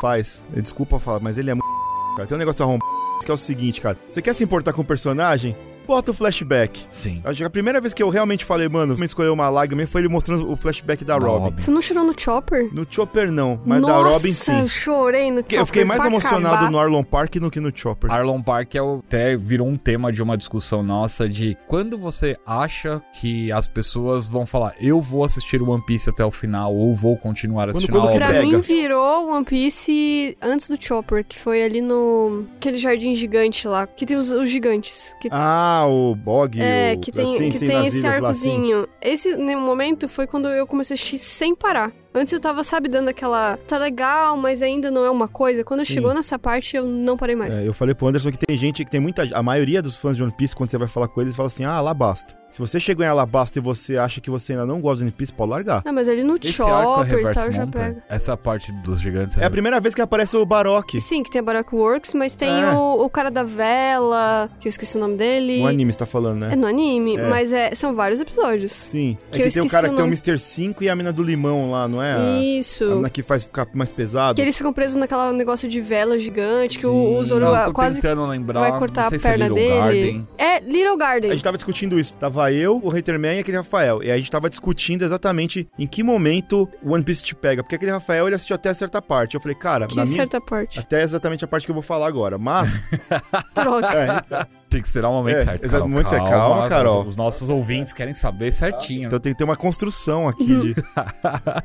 S2: faz, eh, desculpa falar, mas ele é muito cara. Tem um negócio arrombado que é o seguinte, cara. Você quer se importar com o personagem? Bota o flashback.
S1: Sim.
S2: Acho que a primeira vez que eu realmente falei, mano, me escolheu uma lágrima foi ele mostrando o flashback da
S1: Da
S2: Robin.
S1: Robin.
S3: Você não chorou no Chopper?
S2: No Chopper não, mas
S3: Nossa,
S2: da Robin sim.
S3: eu chorei no Chopper.
S2: Eu fiquei mais
S3: pra
S2: emocionado
S3: acabar.
S2: no Arlon Park do que no Chopper.
S1: Arlon Park é o- até virou um tema de uma discussão nossa de quando você acha que as pessoas vão falar eu vou assistir o One Piece até o final ou vou continuar assistindo
S2: quando
S1: a
S2: que
S1: obra.
S3: Pra
S2: Pega.
S3: mim virou One Piece antes do Chopper, que foi ali no. aquele jardim gigante lá, que tem os, os gigantes. Que
S2: Ah, o Bog.
S3: É,
S2: o...
S3: que tem,
S2: sim,
S3: que
S2: sim,
S3: tem
S2: tipo, assim, nas
S3: esse
S2: ilhas lá, sim.
S3: arcozinho. Esse né, momento foi quando eu comecei a assistir sem parar. Antes eu tava, sabe, dando aquela. Tá legal, mas ainda não é uma coisa. Quando
S2: Sim.
S3: chegou nessa parte, eu não parei mais.
S2: É, eu falei pro Anderson que tem gente, que tem muita. A maioria dos fãs de One Piece, quando você vai falar com eles, fala assim: ah, Alabasta. Se você chegou em Alabasta e você acha que você ainda não gosta de One Piece, pode largar.
S3: Não, mas ali no
S1: Esse arco é
S3: Chopper e tal,
S1: Reverse
S3: eu já
S1: Mountain.
S3: pego.
S1: Essa parte dos gigantes
S2: É a primeira vez que aparece o Baroque.
S3: Sim, que tem a Barack Works, mas tem
S2: É.
S3: o, o cara da vela, que eu esqueci o nome dele.
S2: O anime, você tá falando,
S3: É
S2: né?
S3: no anime,
S2: É.
S3: mas é, são vários episódios.
S2: Sim.
S3: Que
S2: é
S3: eu
S2: que tem o
S3: esqueci
S2: cara
S3: o
S2: que tem o
S3: nome.
S2: Mr. 5 e a mina do limão lá, não é? A-
S3: Isso.
S2: A mina que faz ficar mais pesado.
S3: Que eles ficam presos naquela negócio de vela gigante, que o, o
S2: Sim.
S3: Zoro
S1: Não,
S3: ah,
S1: tô
S3: quase
S1: tentando lembrar,
S3: vai
S1: não
S3: cortar a
S1: sei se é
S3: perna
S1: Little
S3: dele.
S1: Garden.
S3: É Little Garden.
S2: A gente tava discutindo isso. Tava eu, o Haterman e aquele Rafael. E a gente tava discutindo exatamente em que momento o One Piece te pega. Porque aquele Rafael, ele assistiu até certa parte. Eu falei, cara,
S3: Que
S2: na minha.
S3: certa parte.
S2: Até exatamente a parte que eu vou falar agora. Mas.
S3: Droga.
S2: é,
S1: Tem que esperar o momento
S2: É,
S1: certo.
S2: exato,
S1: Carol.
S2: o momento certo. Calma, Carol.
S1: Os, os nossos ouvintes querem saber certinho. né?
S2: Então tem que ter uma construção aqui de.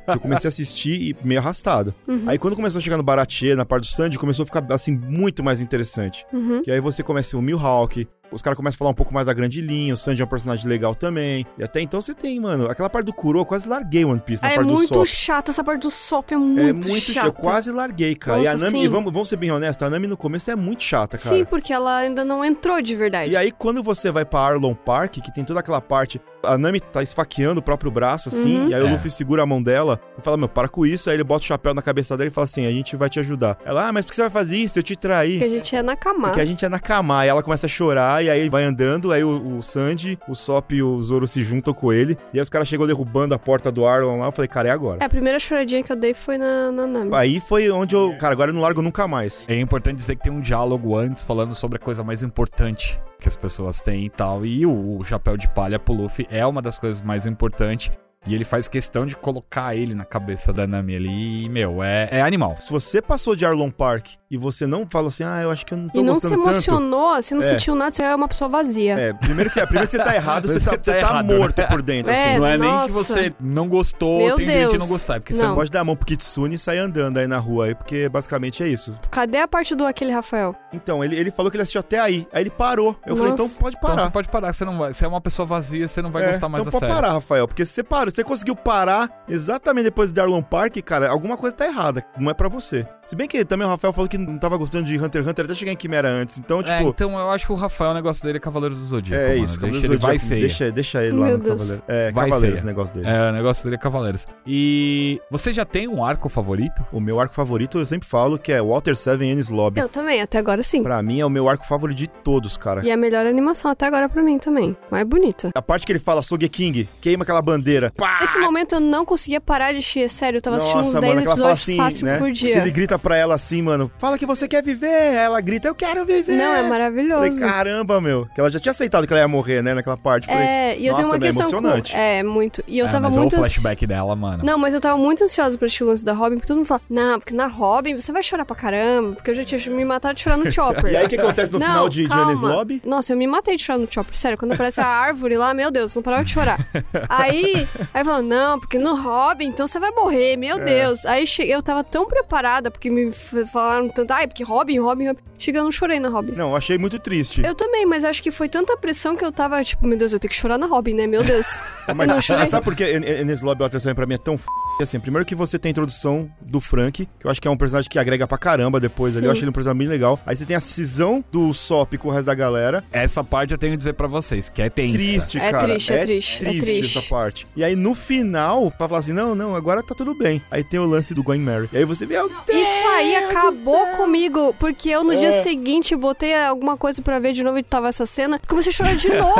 S2: eu comecei a assistir e meio arrastado.
S3: Uhum.
S2: Aí quando começou a chegar no Baratie, na parte do Sandy, começou a ficar assim muito mais interessante.
S3: Uhum.
S2: Que aí você começa o Milhawk, os caras começam a falar um pouco mais da grande linha, o Sandy é um personagem legal também. E até então você tem, mano, aquela parte do Kuro, eu quase larguei One Piece na
S3: Ah, é
S2: parte
S3: muito
S2: do Sop.
S3: chata, essa parte do SOP é muito,
S2: é muito
S3: chata.
S2: Eu quase larguei, cara. e a
S3: Nossa,
S2: Nami,
S3: sim.
S2: e vamos, vamos ser bem honestos, a Nami no começo é muito chata, cara.
S3: Sim, porque ela ainda não entrou de verdade.
S2: E aí, quando você vai pra Arlon Park, que tem toda aquela parte. A Nami tá esfaqueando o próprio braço, assim,
S3: Uhum.
S2: e aí o
S1: É.
S2: Luffy segura a mão dela e fala: Meu, para com isso. Aí ele bota o chapéu na cabeça dela e fala assim: A gente vai te ajudar. Ela, ah, mas por que você vai fazer isso? Eu te traí.
S3: Porque a gente é Nakama.
S2: Porque a gente é Nakama. Aí ela começa a chorar, e aí ele vai andando, aí o, o Sanji, o Sop e o Zoro se juntam com ele. E aí os caras chegam derrubando a porta do Arlon lá. Eu falei, cara, é agora.
S3: É, a primeira choradinha que eu dei foi na, na Nami.
S2: Aí foi onde eu. Cara, agora eu não largo nunca mais.
S1: É importante dizer que tem um diálogo antes falando sobre a coisa mais importante que as pessoas têm e tal. E o, o chapéu de palha pro Luffy é uma das coisas mais importantes. E ele faz questão de colocar ele na cabeça da Nami ali. E, meu, é, é animal.
S2: Se você passou de Arlon Park e você não fala assim, ah, eu acho que eu não tô
S3: E não se
S2: gostando tanto.
S3: emocionou, você não
S2: É.
S3: sentiu nada, você é uma pessoa vazia.
S2: É, primeiro que, é, primeiro que você tá errado, você, tá,
S1: Você tá
S2: você tá
S1: errado,
S2: morto
S1: né?
S2: por dentro, assim.
S3: É,
S1: não é nem
S3: nossa.
S1: que você não gostou,
S3: Meu
S1: tem jeito de não
S3: Deus.
S1: gostar. é Porque
S2: Você
S3: Não.
S2: pode dar a mão pro Kitsune e sair andando aí na rua, aí, porque basicamente é isso.
S3: Cadê a parte do aquele Rafael?
S2: Então, ele, ele falou que ele assistiu até aí, aí ele parou. Eu falei,
S3: Nossa.
S2: então pode
S1: Então
S2: parar.
S1: você pode parar, você não vai. Você é uma pessoa vazia, você não vai
S2: É,
S1: gostar mais
S2: então
S1: da
S2: pode
S1: série.
S2: parar, Rafael, porque se você parou, se você conseguiu parar exatamente depois do Arlon Park, cara, alguma coisa tá errada, não é pra você. Se bem que também o Rafael falou que não tava gostando de Hunter x Hunter até chegar em Quimera antes, então,
S1: É,
S2: tipo...
S1: então eu acho que o Rafael, o negócio dele é Cavaleiros do Zodíaco.
S2: É,
S1: mano. deixa,
S2: isso, Cavaleiros
S1: ele
S2: do
S1: vai
S2: Zodíaco,
S1: ser.
S2: Deixa, deixa ele lá
S3: Meu
S2: no
S3: Deus.
S2: Cavaleiro. É,
S1: Vai
S2: Cavaleiros
S1: ceia.
S2: o negócio dele.
S1: É, o negócio dele é Cavaleiros. E você já tem um arco favorito?
S2: O meu arco favorito, eu sempre falo, que é Walter Seven Ennis Lobby.
S3: Eu também, até agora sim.
S2: Pra mim é o meu arco favorito de todos, cara.
S3: E é- a melhor animação até agora pra mim também. Mais bonita.
S2: A parte que ele fala King, queima aquela bandeira. Pá!
S3: Nesse momento eu
S2: assim,
S3: não conseguia parar de assistir, é sério. Eu tava assistindo uns 10 episódios fácil por dia.
S2: Ele grita né? pra ela assim, mano, fala que você quer viver. Aí Ela grita, eu quero viver.
S3: Não, é
S2: Falei,
S3: maravilhoso.
S2: caramba, meu. Que ela já tinha aceitado que ela ia morrer, né, naquela parte. Falei,
S3: É, e eu tenho
S2: nossa,
S3: uma
S2: meu,
S3: questão. com-
S2: emocionante. Ah,
S3: É, muito. E eu
S1: É,
S3: tava
S1: mas
S3: muito.
S1: olha o
S3: ansi-
S1: flashback dela, mano.
S3: Não, mas eu tava muito ansiosa pra assistir o lance da Robin, porque todo mundo fala, não, porque na Robin você vai chorar pra caramba, porque eu já tinha me matado de chorar no Chopper.
S2: E aí o que acontece no
S3: é não,
S2: final de
S3: calma.
S2: Janis Lobby?
S3: Nossa, eu me matei de chorar no Chopper, sério, quando aparece a árvore lá, meu Deus, não parava de chorar. aí, aí falou, não, porque no Robin, então você vai morrer, meu
S2: É.
S3: Deus. Aí che- eu tava tão preparada, porque me f- falaram tanto, ai, porque Robin, Robin, Robin. Chega, eu não chorei na Robin.
S2: Não, eu achei muito triste.
S3: Eu também, mas acho que foi tanta pressão que eu tava, tipo, meu Deus, eu tenho que chorar na Robin, né? Meu Deus.
S2: Mas
S3: eu não é- chorei.
S2: sabe por que En- En- Enes Lobby Ultrasound pra mim é tão f... assim? Primeiro que você tem a introdução do Frank, que eu acho que é um personagem que agrega pra caramba depois ali.
S3: Sim.
S2: Eu achei ele um personagem bem legal. Aí você tem a cisão do Sop com o resto da galera.
S1: Essa parte eu tenho que dizer pra vocês, que é tensa.
S2: Triste,
S3: É
S2: cara.
S3: triste, é triste, é triste.
S2: essa parte. E aí no final, pra falar assim, não, não, agora tá tudo bem. Aí tem o lance do Gwen Mary. E aí você, meu Deus!
S3: Isso aí
S2: do
S3: acabou
S2: céu.
S3: comigo, porque eu no
S2: É.
S3: dia seguinte botei alguma coisa pra ver de novo e tava essa cena, comecei a chorar de novo.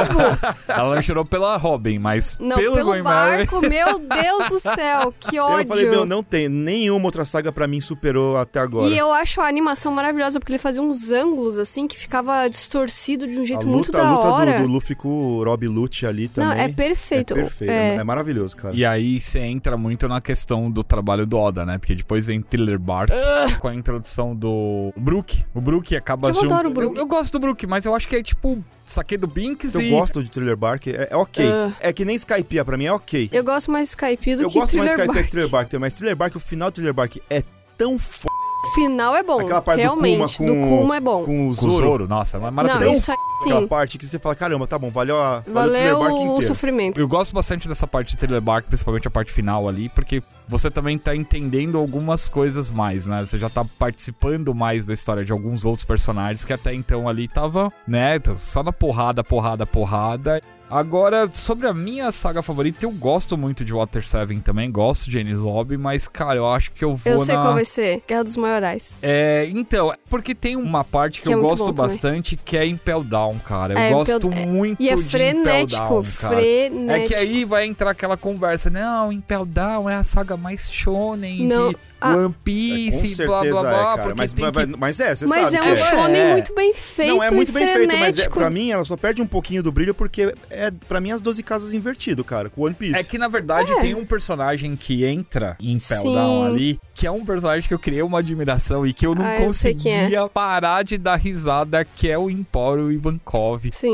S1: Ela não chorou pela Robin, mas
S3: Não,
S1: pelo,
S3: pelo,
S1: Gwen Mary.
S3: barco, meu Deus do céu, que ódio.
S2: né? Eu falei, meu, não tem. Nenhuma outra saga pra mim superou até agora.
S3: E eu acho a animação maravilhosa, porque ele fazia uns ângulos assim que ficava distorcido de um
S2: a
S3: jeito muito
S2: luta,
S3: da
S2: a luta
S3: hora.
S2: Do, do Luffy com o Rob Lute ali
S3: não,
S2: também.
S3: é perfeito.
S2: É perfeito,
S3: É.
S2: é, é maravilhoso, cara.
S1: E aí você entra muito na questão do trabalho do Oda, né? Porque depois vem Thriller Bark com a introdução do Brook. O Brook acaba
S3: Ah. Eu
S1: junto.
S3: adoro o Brook.
S1: Eu, eu gosto do Brook, mas eu acho que é tipo saque do Binks
S2: Eu
S1: e
S2: gosto de Thriller Bark, é, é ok.
S3: Ah.
S2: É que nem Skypiea, pra mim é ok.
S3: Eu gosto mais Skype do
S2: Eu
S3: que
S2: gosto mais
S3: Thriller
S2: Skypiea que
S3: Bark.
S2: Thriller Bark, também, mas Thriller Bark, o final de Thriller Bark é tão f...
S3: O final é bom,
S2: Aquela parte do
S3: realmente.
S2: Kuma com-
S3: Kuma é bom.
S2: com o
S1: com o
S2: Zoro.
S1: Zoro. Nossa, é
S3: não,
S1: maravilhoso.
S3: isso aí,
S2: Aquela
S3: sim.
S2: parte que você fala, caramba, tá bom, valeu, a, valeu o Thriller
S3: Valeu
S2: Bark
S3: o
S2: inteiro.
S3: sofrimento.
S1: Eu gosto bastante dessa parte de Thriller Bark, principalmente a parte final ali, porque você também tá entendendo algumas coisas mais, né? Você já tá participando mais da história de alguns outros personagens que até então ali tava, né, só na porrada, porrada, porrada. Agora, sobre a minha saga favorita, eu gosto muito de Water 7 também, gosto de Ennis Lobby, mas, cara, eu acho que eu vou
S3: Eu sei
S1: na...
S3: qual vai ser. Guerra dos Maiorais.
S1: É, então, porque tem uma parte que,
S3: Que é
S1: eu
S3: muito
S1: gosto
S3: bom também.
S1: bastante, que é Impel Down, cara. Eu
S3: É, Impel-
S1: gosto
S3: é,
S1: muito
S3: E é
S1: de Impel
S3: frenético,
S1: Down, cara. É
S3: frenético.
S1: que aí vai entrar aquela conversa, não, Impel Down é a saga mais shonen
S3: Não,
S1: de One
S3: ah.
S2: É, com
S1: Piece,
S2: certeza
S1: blá blá
S2: é,
S1: blá,
S2: cara.
S1: porque
S2: mas,
S1: tem
S2: mas,
S1: que...
S2: mas é, você
S3: Mas
S2: sabe.
S3: é
S2: que
S3: um shonen
S1: é.
S3: muito bem feito
S2: Não, é muito
S3: e
S2: bem feito, mas é,
S3: frenético.
S2: pra mim ela só perde um pouquinho do brilho porque é, pra mim, as 12 casas invertido, cara, com One Piece.
S1: É que, na verdade,
S3: É.
S1: tem um personagem que entra em Impel
S3: Sim.
S1: Down ali, que é um personagem que eu criei uma admiração e que eu não
S3: Ah, eu sei quem é.
S1: conseguia parar de dar risada, que é o Emporio Ivankov.
S3: Sim.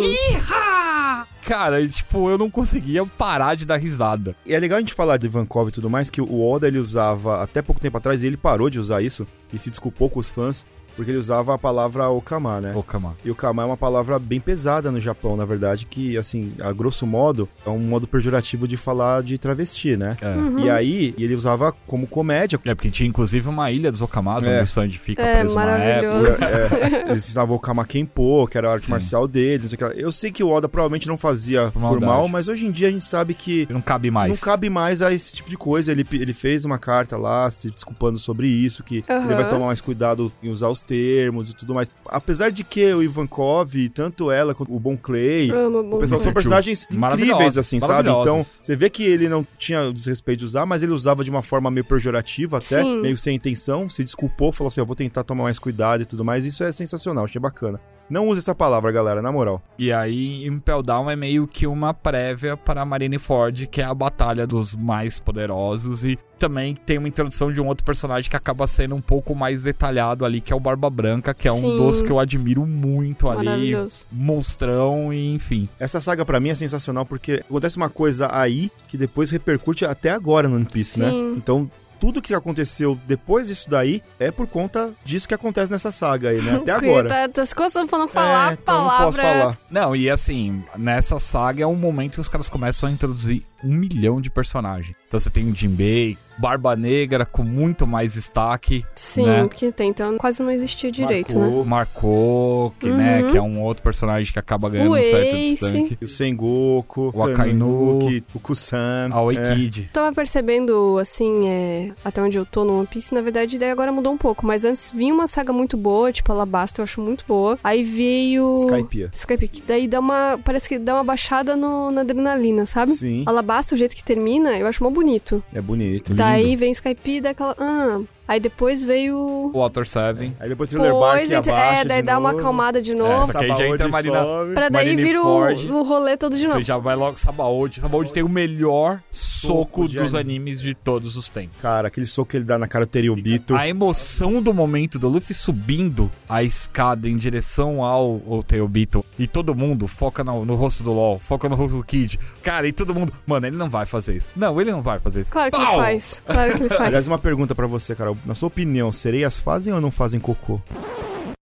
S1: Ah! Cara, tipo, eu não conseguia parar de dar risada.
S2: E é legal a gente falar de Vancouver e tudo mais, que o Oda ele usava até pouco tempo atrás, e ele parou de usar isso e se desculpou com os fãs, porque ele usava a palavra Okama, né?
S1: Ô, Kama.
S2: E Okama é uma palavra bem pesada no Japão, na verdade, que, assim, a grosso modo, é um modo pejorativo de falar de travesti, né?
S1: É.
S3: Hum.
S2: E aí, ele usava como comédia.
S1: É, porque tinha inclusive uma ilha dos Okamas,
S2: É.
S1: onde o Sanji fica
S3: É,
S1: preso uma época.
S3: maravilhoso.
S2: É, eles ensinavam Okama Kenpo, que era a arte
S1: Sim.
S2: marcial dele, não sei o que. lá. Eu sei que o Oda provavelmente não fazia
S1: Por
S2: por mal,
S1: maldade.
S2: mas hoje em dia a gente sabe que
S1: Não cabe mais.
S2: Não cabe mais a esse tipo de coisa. Ele, ele fez uma carta lá se desculpando sobre isso, que
S3: Aham.
S2: ele vai tomar mais cuidado em usar os termos e tudo mais. Apesar de que o Ivankov, tanto ela quanto o Bon Clay.
S3: Amo, bom.
S2: O pessoal são
S1: Curtiu.
S2: personagens incríveis,
S1: Maravilhosos,
S2: assim, sabe?
S1: maravilhosos.
S2: Então, você vê que ele não tinha o desrespeito de usar, mas ele usava de uma forma meio pejorativa até,
S3: Sim.
S2: meio sem intenção, se desculpou, falou assim, eu vou tentar tomar mais cuidado e tudo mais. Isso é sensacional, achei bacana. Não use essa palavra, galera, na moral.
S1: E aí, Impel Down é meio que uma prévia para Marineford, que é a batalha dos mais poderosos. E também tem uma introdução de um outro personagem que acaba sendo um pouco mais detalhado ali, que é o Barba Branca, que é um
S3: Sim.
S1: dos que eu admiro muito ali.
S3: Maravilhoso.
S1: Monstrão e enfim.
S2: Essa saga pra mim é sensacional porque acontece uma coisa aí que depois repercute até agora no One Piece, né?
S3: Sim.
S2: Então, tudo que aconteceu depois disso daí é por conta disso que acontece nessa saga aí, né? Até agora.
S3: Tá, tá se coçando pra não falar
S2: é,
S3: a
S2: então não posso
S3: palavra.
S2: falar.
S1: Não, e assim, nessa saga é um momento que os caras começam a introduzir um milhão de personagens. Então você tem o Jinbei, Barba Negra com muito mais destaque,
S3: Sim,
S1: né?
S3: porque tem, então quase não existia direito, né?
S1: Marcou, Marcou, que, né,
S3: Uhum.
S1: que é um outro personagem que acaba ganhando
S3: O
S1: um certo
S3: Ace.
S1: destaque.
S2: O Sengoku,
S1: O Akainu,
S2: Tanuki, o Kusan.
S1: A Oi
S2: é.
S1: Kid.
S3: Tava percebendo, assim, é, até onde eu tô no One Piece, na verdade, daí agora mudou um pouco. Mas antes vinha uma saga muito boa, tipo Alabasta, eu acho muito boa. Aí veio.
S2: Skypiea.
S3: Skype, que daí dá uma. Parece que dá uma baixada no- na adrenalina, sabe?
S2: Sim,
S3: Alabasta, o jeito que termina, eu acho mó bonito.
S2: é bonito.
S3: tá
S1: Lindo.
S3: Daí vem Skype e dá aquela. Ah, Aí depois veio.
S1: Water 7.
S2: Aí depois Thriller Bark
S3: Pois,
S2: abaixa
S3: é, daí
S2: de
S3: dá uma
S2: novo.
S3: acalmada de
S1: É,
S3: novo.
S1: só que aí já entra a
S2: Sabaody
S1: Marina-
S2: sobe.
S3: pra daí
S1: Marina e
S3: vir
S1: Ford.
S3: o, o rolê todo de novo.
S1: Você já vai logo Sabaody. Sabaody tem o melhor soco
S2: Soco de
S1: dos
S2: anime.
S1: animes de todos os tempos.
S2: Cara, aquele soco que ele dá na cara do Teriobito.
S1: A emoção do momento do Luffy subindo a escada em direção ao, ao Tailbeatle e todo mundo foca no, no rosto do LOL, foca no rosto do Kid. Cara, e todo mundo, mano, ele não vai fazer isso. Não, ele não vai fazer isso.
S3: Claro que ele
S1: Pau!
S3: faz. Claro que ele
S2: Aliás,
S3: faz.
S2: uma pergunta pra você, cara. Na sua opinião, sereias fazem ou não fazem cocô?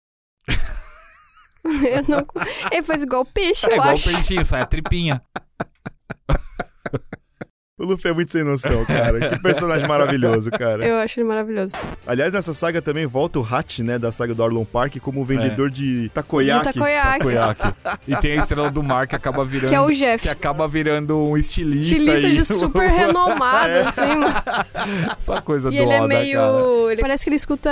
S3: Eu não- Ele faz igual peixe,
S1: É
S3: eu
S1: igual o
S3: acho.
S1: peixinho, sai a tripinha.
S2: O Luffy é muito sem noção, cara. Que personagem maravilhoso, cara.
S3: Eu acho ele maravilhoso.
S2: Aliás, nessa saga também volta o Hat, né, da saga do Orlon Park, como vendedor de takoyaki.
S3: De takoyaki.
S1: Koyaki. E tem a estrela do mar que acaba virando.
S3: Que é o Jeff.
S1: que acaba virando um estilista.
S3: Estilista
S1: e-
S3: de super renomado, assim, mano.
S1: Essa coisa
S3: E
S1: É. do
S3: ele é
S1: Oda, cara.
S3: meio. ele- Parece que ele escuta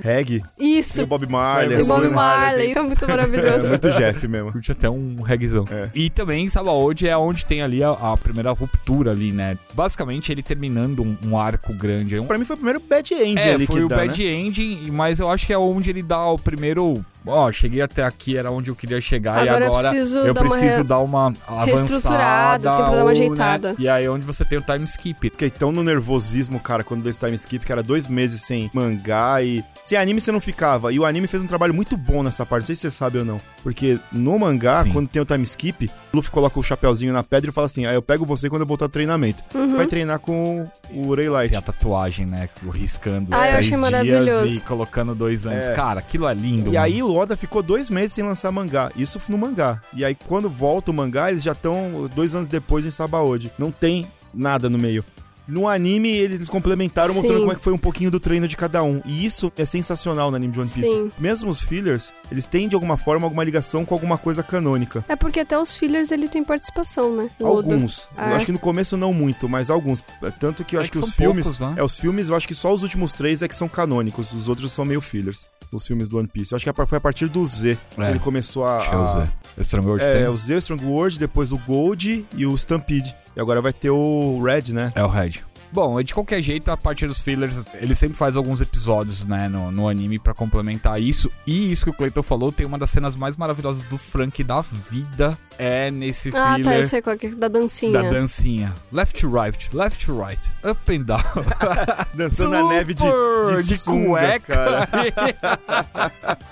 S2: Reg.
S3: isso.
S2: E o Bob Marley.
S3: do
S2: assim,
S3: Bob
S2: né?
S3: Marley. É muito
S2: É
S3: maravilhoso.
S2: muito Jeff mesmo.
S1: Curte até um reggaezão.
S2: É.
S1: E também Sabaody é onde tem ali a, a primeira ruptura ali, né? Basicamente ele terminando um, um arco grande. é Um...
S2: Pra mim foi o primeiro Bad End
S1: É,
S2: ali
S1: foi
S2: que
S1: o
S2: dá, né?
S1: bad ending, mas eu acho que é onde ele dá o primeiro. Ó, cheguei até aqui, era onde eu queria chegar,
S3: Agora
S1: e
S3: eu
S1: agora
S3: preciso
S1: eu
S3: dar uma
S1: preciso
S3: re-
S1: dar uma avançada.
S3: reestruturada, assim, pra dar uma
S1: ou, né?
S3: ajeitada.
S1: E aí é onde você tem o time skip.
S2: Fiquei é tão no nervosismo, cara, quando deu esse time skip, que era dois meses sem mangá e. Sem anime você não ficava. E o anime fez um trabalho muito bom nessa parte, não sei se você sabe ou não. Porque no mangá,
S1: Sim.
S2: quando tem o time skip, o Luffy coloca o chapéuzinho na pedra e fala assim: aí eu pego você quando eu voltar ao treinamento. Vai treinar com o Ray Light.
S1: Tem a tatuagem, né? Riscando os
S3: Ah, eu
S1: três
S3: achei
S1: dias
S3: maravilhoso.
S1: e colocando dois anos.
S2: É.
S1: Cara, aquilo é lindo.
S2: E aí o Oda ficou dois meses sem lançar mangá. Isso no mangá. E aí quando volta o mangá, eles já estão dois anos depois em Sabaody. Não tem nada no meio. No anime, eles complementaram mostrando
S3: Sim.
S2: como é que foi um pouquinho do treino de cada um. E isso é sensacional no anime de One Piece.
S3: Sim.
S2: Mesmo os fillers, eles têm de alguma forma alguma ligação com alguma coisa canônica.
S3: É porque até os fillers ele tem participação, né? O Oda.
S2: Alguns.
S3: Ah,
S2: Eu
S3: é?
S2: acho que no começo não muito, mas alguns. Tanto que eu
S1: É
S2: acho
S1: que
S2: que, os
S1: são
S2: filmes.
S1: poucos, né?
S2: É, os filmes, eu acho que só os últimos três é que são canônicos. Os outros são meio fillers. Os filmes do One Piece. Eu acho que a- foi a partir do Z que
S1: É.
S2: ele começou a.
S1: Deixa eu
S2: a-
S1: usar. Stronghold
S2: É,
S1: tem?
S2: o Z, o Strong World, depois o Gold e o Stampede. E agora vai ter o Red, né?
S1: É o Red. Bom, de qualquer jeito, a parte dos fillers, ele sempre faz alguns episódios, né, no, no anime pra complementar isso. E isso que o Cleiton falou, tem uma das cenas mais maravilhosas do Frank da vida, é nesse
S3: Ah, tá, eu
S1: filler
S3: sei qual que é, da dancinha.
S1: da dancinha. Left to right, left to right, up and down.
S2: Dançando na neve de,
S1: Super!
S2: de, sunga,
S1: cueca.
S2: cara.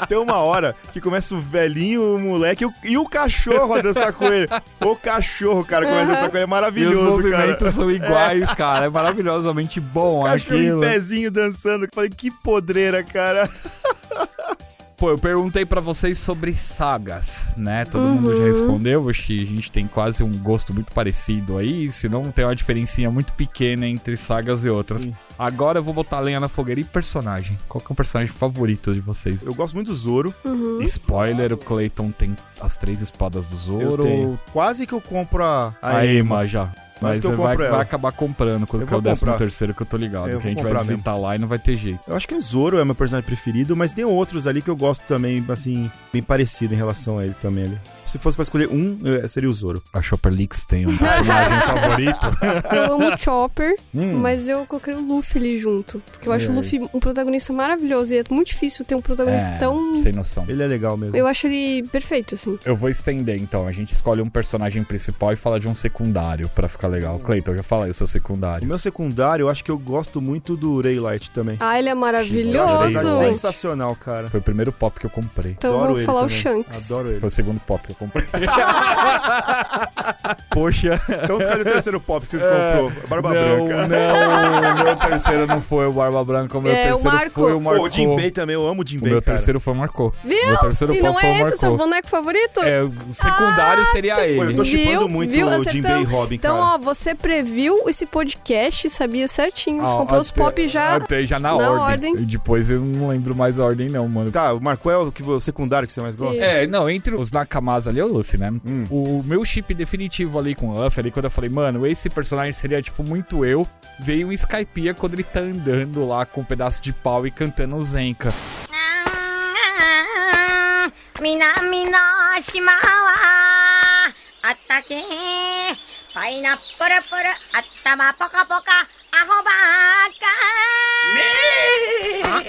S2: Tem uma hora que começa o velhinho, o moleque e o, e o cachorro a dançar com ele. O cachorro, cara, começa a dançar com ele. É
S1: e os
S2: maravilhoso,
S1: movimentos
S2: cara.
S1: são iguais, cara. É maravilhosamente bom
S2: Cachorro em
S1: aquilo.
S2: pezinho dançando. Eu Falei, que podreira, cara.
S1: Pô, eu perguntei pra vocês sobre sagas, né? Todo mundo já respondeu. Acho que a gente tem quase um gosto muito parecido aí, se não tem uma diferencinha muito pequena entre sagas e outras.
S2: Sim.
S1: Agora eu vou botar lenha na fogueira e personagem. Qual que é o personagem favorito de vocês?
S2: Eu gosto muito do Zoro.
S1: Spoiler, o Clayton tem as três espadas do
S2: Eu tenho.
S1: Zoro.
S2: Quase que eu compro a, a
S1: A
S2: Ema.
S1: Ema já. Mas
S2: que eu
S1: você vai,
S2: compro ela.
S1: vai acabar comprando quando
S2: Eu
S1: for o
S2: vou
S1: décimo
S2: comprar.
S1: terceiro que eu tô ligado. que
S2: Eu
S1: a
S2: vou
S1: gente vai
S2: comprar
S1: visitar lá e não vai ter jeito.
S2: Eu acho que o Zoro é meu personagem preferido, mas tem outros ali que eu gosto também, assim, bem parecido em relação a ele também ali. Se fosse pra escolher um, eu- seria o Zoro.
S1: A Chopper Leaks tem um personagem favorito.
S3: Eu amo o Chopper,
S1: Hum.
S3: mas eu coloquei o Luffy ali junto. Porque eu acho
S2: É.
S3: o Luffy um protagonista maravilhoso. E é muito difícil ter um protagonista
S1: É,
S3: tão.
S1: Sem noção.
S2: Ele é legal mesmo.
S3: Eu acho ele perfeito, assim.
S1: Eu vou estender então. A gente escolhe um personagem principal e fala de um secundário pra ficar legal. Cleiton, já fala aí o seu
S2: O
S1: secundário.
S2: meu secundário, eu acho que eu gosto muito do Raylight também.
S3: Ah, ele é
S2: Eu acho ele
S1: maravilhoso.
S3: maravilhoso.
S2: sensacional, cara.
S1: Foi o primeiro pop que eu comprei.
S3: Então
S2: Adoro
S3: vamos
S2: ele
S3: falar o
S2: também.
S3: Shanks.
S2: Adoro ele.
S1: Foi o segundo pop que eu comprei. Poxa.
S2: Então escolhe o terceiro pop que vocês comprou. Barba
S1: É. não,
S2: Branca.
S1: não. O meu terceiro não foi o Barba Branca. O meu
S3: É, o
S1: terceiro
S3: Marco.
S1: foi o
S2: Pô,
S1: Marco.
S2: o Jinbei também, eu amo o
S1: o
S2: Jinbei,
S1: meu
S2: cara.
S1: terceiro foi o Marco.
S3: Viu?
S1: Meu terceiro
S3: E
S1: pop
S3: não
S1: foi
S3: é
S1: o
S3: esse o seu
S1: Marco.
S3: boneco favorito?
S1: É, o secundário seria
S2: Pô,
S1: ele.
S2: eu tô
S3: Viu?
S2: chipando muito
S3: Viu?
S2: o
S3: Acertamos.
S2: Jinbei e Robin,
S3: Então,
S2: cara.
S3: ó, você previu esse podcast, sabia certinho. Você
S1: Ah,
S3: comprou os
S1: até-
S3: pop já.
S1: até já na,
S3: na
S1: ordem.
S3: ordem.
S1: Depois eu não lembro mais a ordem, não, mano.
S2: Tá, o Marco é o, que, o secundário que você mais gosta?
S1: É, não, entre os Nakamas ali é o Luffy, né? O meu chip definitivo ali com o Luffy, ali quando eu falei, mano, esse personagem seria, tipo, muito eu, veio um Skypiea quando ele tá andando lá com um pedaço de pau e cantando o Zenka.
S5: 南の島はあったけパイナップルプル頭ポカポカアホばっか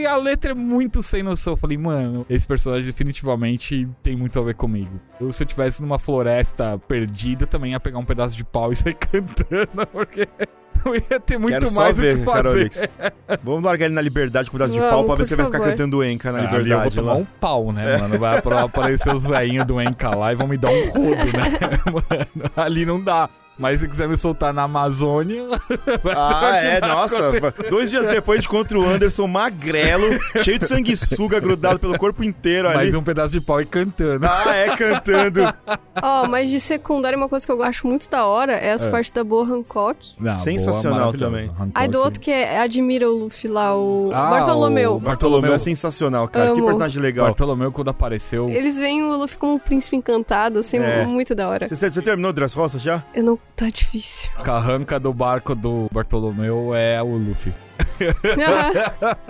S1: e a letra é muito sem noção. Eu falei, mano, esse personagem definitivamente tem muito a ver comigo. Eu, se eu tivesse numa floresta perdida, também ia pegar um pedaço de pau e sair cantando, porque não ia ter muito
S2: Quero
S1: mais
S2: só
S1: o que
S2: ver,
S1: fazer.
S2: Carolix. Vamos largar ele na liberdade com um pedaço de
S3: Vamos,
S2: pau pra ver
S3: por
S2: se ele vai ficar
S3: favor.
S2: cantando Enca na
S1: Ali
S2: liberdade.
S1: eu vou tomar
S2: Ah, lá.
S1: um pau, né, mano? Vai pra- aparecer os velhinhos do Enca lá e vão me dar um rodo, né, mano? Ali não dá. Mas se quiser me soltar na Amazônia,
S2: Ah, é, nossa. Dois dias depois a gente contra o Anderson magrelo, cheio de sanguessuga grudado pelo corpo inteiro ali.
S1: mais um pedaço de pau e cantando.
S2: Ah, é, cantando.
S3: Ó, mas de secundária, uma coisa que eu acho muito da hora é as
S1: É.
S3: partes da boa Hancock.
S1: Não,
S2: Sensacional
S1: maravilhoso.
S2: também.
S1: Hancock.
S3: Aí do outro que é, admira o Luffy lá, o
S1: Ah, o
S3: Bartolomeu.
S2: Bartolomeu
S1: Bartolomeu.
S2: é sensacional, cara. Que
S3: Amo.
S2: personagem legal.
S1: Bartolomeu, quando apareceu.
S3: Eles veem o Luffy como um príncipe encantado, assim,
S2: É.
S3: muito da hora.
S2: Você, você terminou Dress Roça já?
S3: Eu não. Tá difícil.
S1: A carranca do barco do Bartolomeu é o Luffy.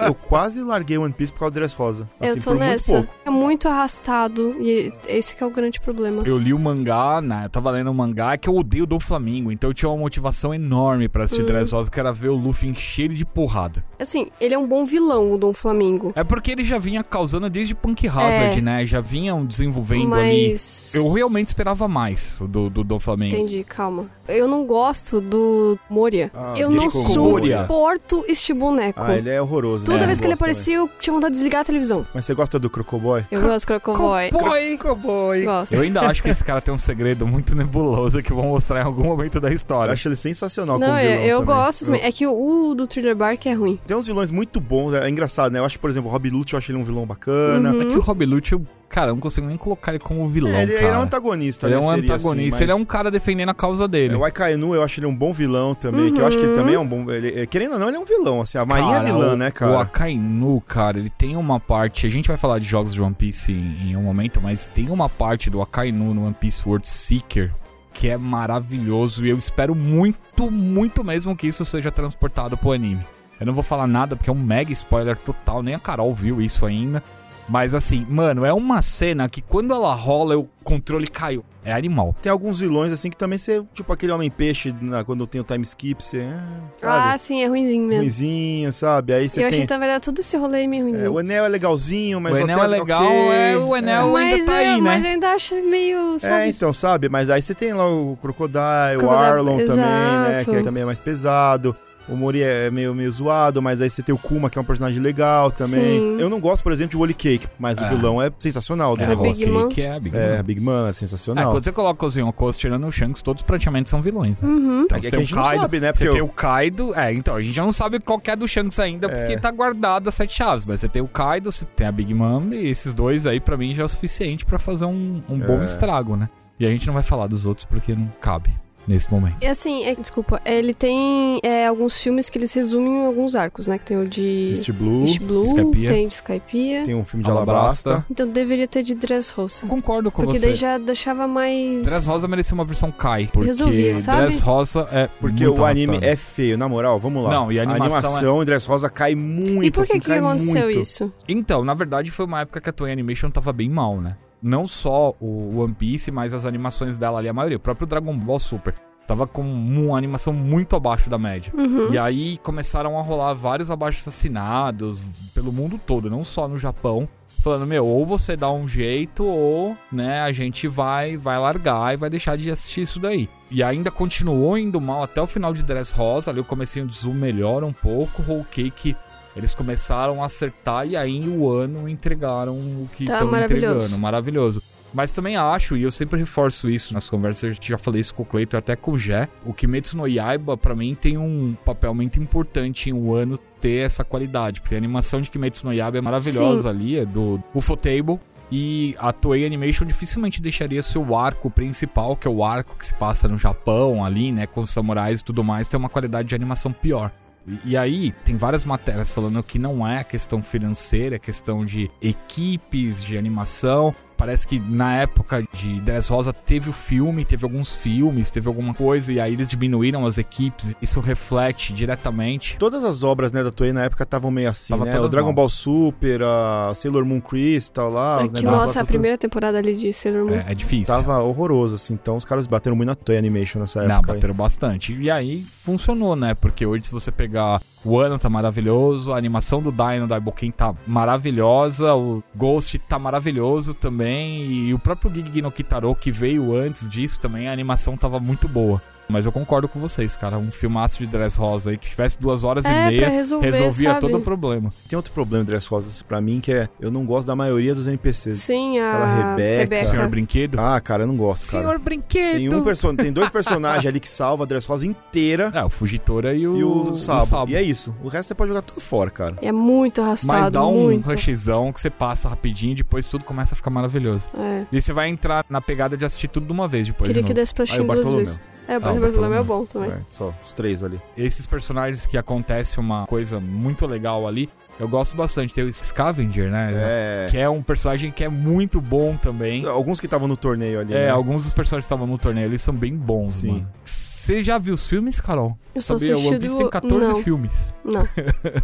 S2: Eu quase larguei One Piece por causa do Dress Rosa. Assim,
S3: eu tô
S2: por
S3: nessa.
S2: muito pouco.
S3: É muito arrastado. E esse que é o grande problema.
S1: Eu li o mangá, né? Eu tava lendo o mangá, é que eu odeio o Dom Flamingo. Então eu tinha uma motivação enorme pra
S3: Hum.
S1: assistir Dress Rosa, que era ver o Luffy encher ele de porrada.
S3: Assim, ele é um bom vilão, o Dom Flamingo.
S1: É porque ele já vinha causando desde Punk Hazard,
S3: É.
S1: né? Já vinham desenvolvendo ali.
S3: Mas.
S1: Eu realmente esperava mais do, do Dom Flamengo.
S3: Entendi, calma. Eu não gosto do Moria.
S2: Ah,
S3: eu não
S1: Gekko Moria.
S3: suporto este boneco.
S2: Ah, ele é horroroso. né?
S3: Toda
S2: Eu
S3: vez
S2: não
S3: que ele
S2: gosto
S3: aparecia, eu tinha vontade de desligar a televisão.
S2: também. Mas você gosta do Crocoboy?
S3: Eu gosto do Crocoboy.
S1: Cowboy!
S2: Crocoboy.
S3: Gosto.
S1: Eu ainda acho que esse cara tem um segredo muito nebuloso que vão mostrar em algum momento da
S2: Eu
S1: história.
S2: acho ele sensacional como
S3: Não,
S2: vilão
S3: eu, eu
S2: também.
S3: gosto também. É que o, o do Thriller Bark é ruim.
S2: Tem uns vilões muito bons, é engraçado, né? Eu acho, por exemplo, o Rob Lute, eu acho ele um vilão bacana.
S3: Uhum.
S1: É que o Rob Lute, eu, cara, eu não consigo nem colocar ele como vilão,
S2: É, ele, ele
S1: cara.
S2: é um antagonista,
S1: Ele é
S2: né?
S1: um
S2: Seria
S1: antagonista,
S2: assim,
S1: ele é
S2: mas-
S1: um cara defendendo a causa dele.
S2: É, O Aikainu, eu acho ele um bom vilão também, que eu acho que
S3: Uhum.
S2: ele também é um bom... ele- é, querendo ou não, ele é um vilão, assim. A Marinha
S1: Cara,
S2: é vilã,
S1: o-
S2: né,
S1: O
S2: cara?
S1: Akainu, cara, ele tem uma parte. A gente vai falar de jogos de One Piece em, em um momento, mas tem uma parte do Akainu no One Piece World Seeker que é maravilhoso e eu espero muito, muito mesmo que isso seja transportado pro anime. Eu não vou falar nada porque é um mega spoiler total, nem a Carol viu isso ainda. Mas assim, mano, é uma cena que quando ela rola, o controle caiu. É animal.
S2: Tem alguns vilões, assim, que também você... Tipo, aquele Homem-Peixe, na- quando tem o time skip, você... ah, Sabe?
S3: Ah, sim, é ruimzinho mesmo.
S2: Ruizinho, sabe? Aí você
S3: eu achei,
S2: tem...
S3: na verdade, todo esse rolê meio ruimzinho.
S2: é, o Enel é legalzinho, mas
S1: o
S2: só
S1: Enel
S2: tem-
S1: é legal,
S2: ok.
S1: é, o Enel
S3: mas,
S1: ainda tá
S3: eu,
S1: aí, né?
S3: mas é eu ainda acho ele meio. Sabe,
S2: É, então, sabe? Mas aí você tem lá o Crocodile, o
S3: Crocodile,
S2: Arlon também, né?
S3: exato.
S2: Que aí também é mais pesado. O Mori é meio, meio zoado, mas aí você tem o Kuma, que é um personagem legal também.
S3: Sim.
S2: Eu não gosto, por exemplo, de Wally Cake, mas o vilão é sensacional do
S1: É,
S2: negócio.
S3: Big Man.
S1: que é Big Man.
S2: É, Big Man é
S1: É,
S2: sensacional.
S1: quando você coloca os Yonkos tirando o Shanks, todos praticamente são vilões, né?
S3: Uhum.
S1: Então,
S2: É que
S1: você
S2: a
S1: tem
S2: gente
S1: o
S2: não
S1: Kaido,
S2: sabe, né?
S1: Você
S2: Porque
S1: tem
S2: eu-
S1: o Kaido... É, então, a gente já não sabe qual que é do Shanks ainda, porque tá guardado as sete chaves. Mas você tem o Kaido, você tem a Big Mom, e esses dois aí, pra mim, já é o suficiente pra fazer um, um bom
S2: É.
S1: estrago, né? E a gente não vai falar dos outros, porque não cabe nesse momento.
S3: E assim, é- desculpa, ele tem é, alguns filmes que eles resumem em alguns arcos, né? Que tem o de
S2: Mr. Blue,
S3: East Blue,
S1: Skypiea.
S3: tem de Skypiea.
S2: tem um filme de
S1: Alabasta.
S2: Alabasta.
S3: Então deveria ter de Dress
S1: Eu concordo com
S3: Porque
S1: você.
S3: daí já deixava mais.
S1: Dress Rosa é merecia uma versão Kai, porque
S3: Resolvi, sabe?
S1: Dress Rosa é
S2: Porque
S1: muito
S2: o anime
S1: arrastado.
S2: é feio, na moral, vamos lá.
S1: Não, e a animação é-
S2: A animação em Dress Rosa cai muito,
S3: E por que
S2: assim,
S3: que
S2: cai
S3: aconteceu
S2: muito.
S3: isso?
S1: Então, na verdade, foi uma época que a Toei Animation tava bem mal, né? Não só o One Piece, mas as animações dela ali, a maioria. O próprio Dragon Ball Super tava com uma animação muito abaixo da média.
S3: Uhum.
S1: E aí começaram a rolar vários abaixos assinados pelo mundo todo, não só no Japão. Falando, meu, ou você dá um jeito, ou, né, a gente vai vai largar e vai deixar de assistir isso daí. E ainda continuou indo mal até o final de Dress Rosa, ali o comecinho de Zoom melhora um pouco, Whole Cake, eles começaram a acertar e aí em o ano entregaram o que
S3: Tá
S1: estão
S3: maravilhoso.
S1: entregando. Maravilhoso. Mas também acho, e eu sempre reforço isso nas conversas, eu já falei isso com o Cleiton até com o Jé, o Kimetsu no Yaiba, pra mim, tem um papel muito importante em um ano ter essa qualidade, porque a animação de Kimetsu no Yaiba é maravilhosa ali, é do Ufotable, e a Toei Animation dificilmente deixaria seu arco principal, que é o arco que se passa no Japão ali, né, com os samurais e tudo mais, ter uma qualidade de animação pior. E- E aí, tem várias matérias falando que não é questão financeira, é questão de equipes de animação, Parece que na época de Dress Rosa teve o filme, teve alguns filmes, teve alguma coisa, e aí eles diminuíram as equipes. Isso reflete diretamente.
S2: Todas as obras né, da Toei na época estavam meio assim,
S1: Tava
S2: né?
S1: todas
S2: O Dragon
S1: mal.
S2: Ball Super, a Sailor Moon Crystal lá, os
S3: É que,
S2: negócios
S3: nossa,
S2: lá,
S3: a primeira temporada ali de Sailor Moon.
S1: É, é difícil.
S2: Tava horroroso, assim. Então os caras bateram muito na Toei Animation
S1: Não,
S2: nessa época. É, aí.
S1: bateram bastante. E aí funcionou, né? Porque hoje, se você pegar o ano, tá maravilhoso. A animação do Dino da Iboken tá maravilhosa. O Ghost tá maravilhoso também. E o próprio Gig no Kitaro, que veio antes disso também, a animação tava muito boa. Mas eu concordo com vocês, cara. Um filmaço de Dress Rosa aí que tivesse duas horas
S3: É,
S1: e
S3: pra
S1: meia.
S3: resolver,
S1: Resolvia
S3: sabe?
S1: todo o problema.
S2: Tem outro problema de Dress Rosas pra mim, que é eu não gosto da maioria dos NPCs.
S3: Sim, a
S2: Aquela Rebeca.
S1: O Senhor
S3: É.
S1: Brinquedo?
S2: Ah, cara, eu não gosto, cara.
S1: Senhor Brinquedo!
S2: Tem, um perso- tem dois personagens ali que salva a Dress Rosa inteira
S1: É, o Fugitora e o,
S2: e o, Sabo.
S1: o Sabo.
S2: E é isso. O resto você pode jogar tudo fora, cara.
S3: É muito arrastado,
S1: Mas dá um
S3: muito.
S1: rushzão que você passa rapidinho e depois tudo começa a ficar maravilhoso.
S3: É.
S1: E você vai entrar na pegada de assistir tudo de uma vez depois.
S3: Queria
S1: de
S3: que
S1: novo.
S3: desse pra
S2: Aí o
S3: Shin duas
S2: Bartolomeu.
S3: vezes. É, o
S1: Ah, o
S3: Bartolomeu é
S1: Bartolomeu.
S3: bom também.
S2: É, só os três ali.
S1: Esses personagens que acontece uma coisa muito legal ali, eu gosto bastante. Tem o Scavenger, né?
S2: É.
S1: Que é um personagem que é muito bom também.
S2: Alguns que estavam no torneio ali.
S1: É,
S2: né?
S1: alguns dos personagens que estavam no torneio, eles são bem bons,
S2: Sim.
S1: mano. Você já viu os filmes, Carol?
S3: Eu só
S1: Sabia? O
S3: assisti
S1: One Piece
S3: do-
S1: tem 14
S3: não.
S1: filmes.
S3: Não,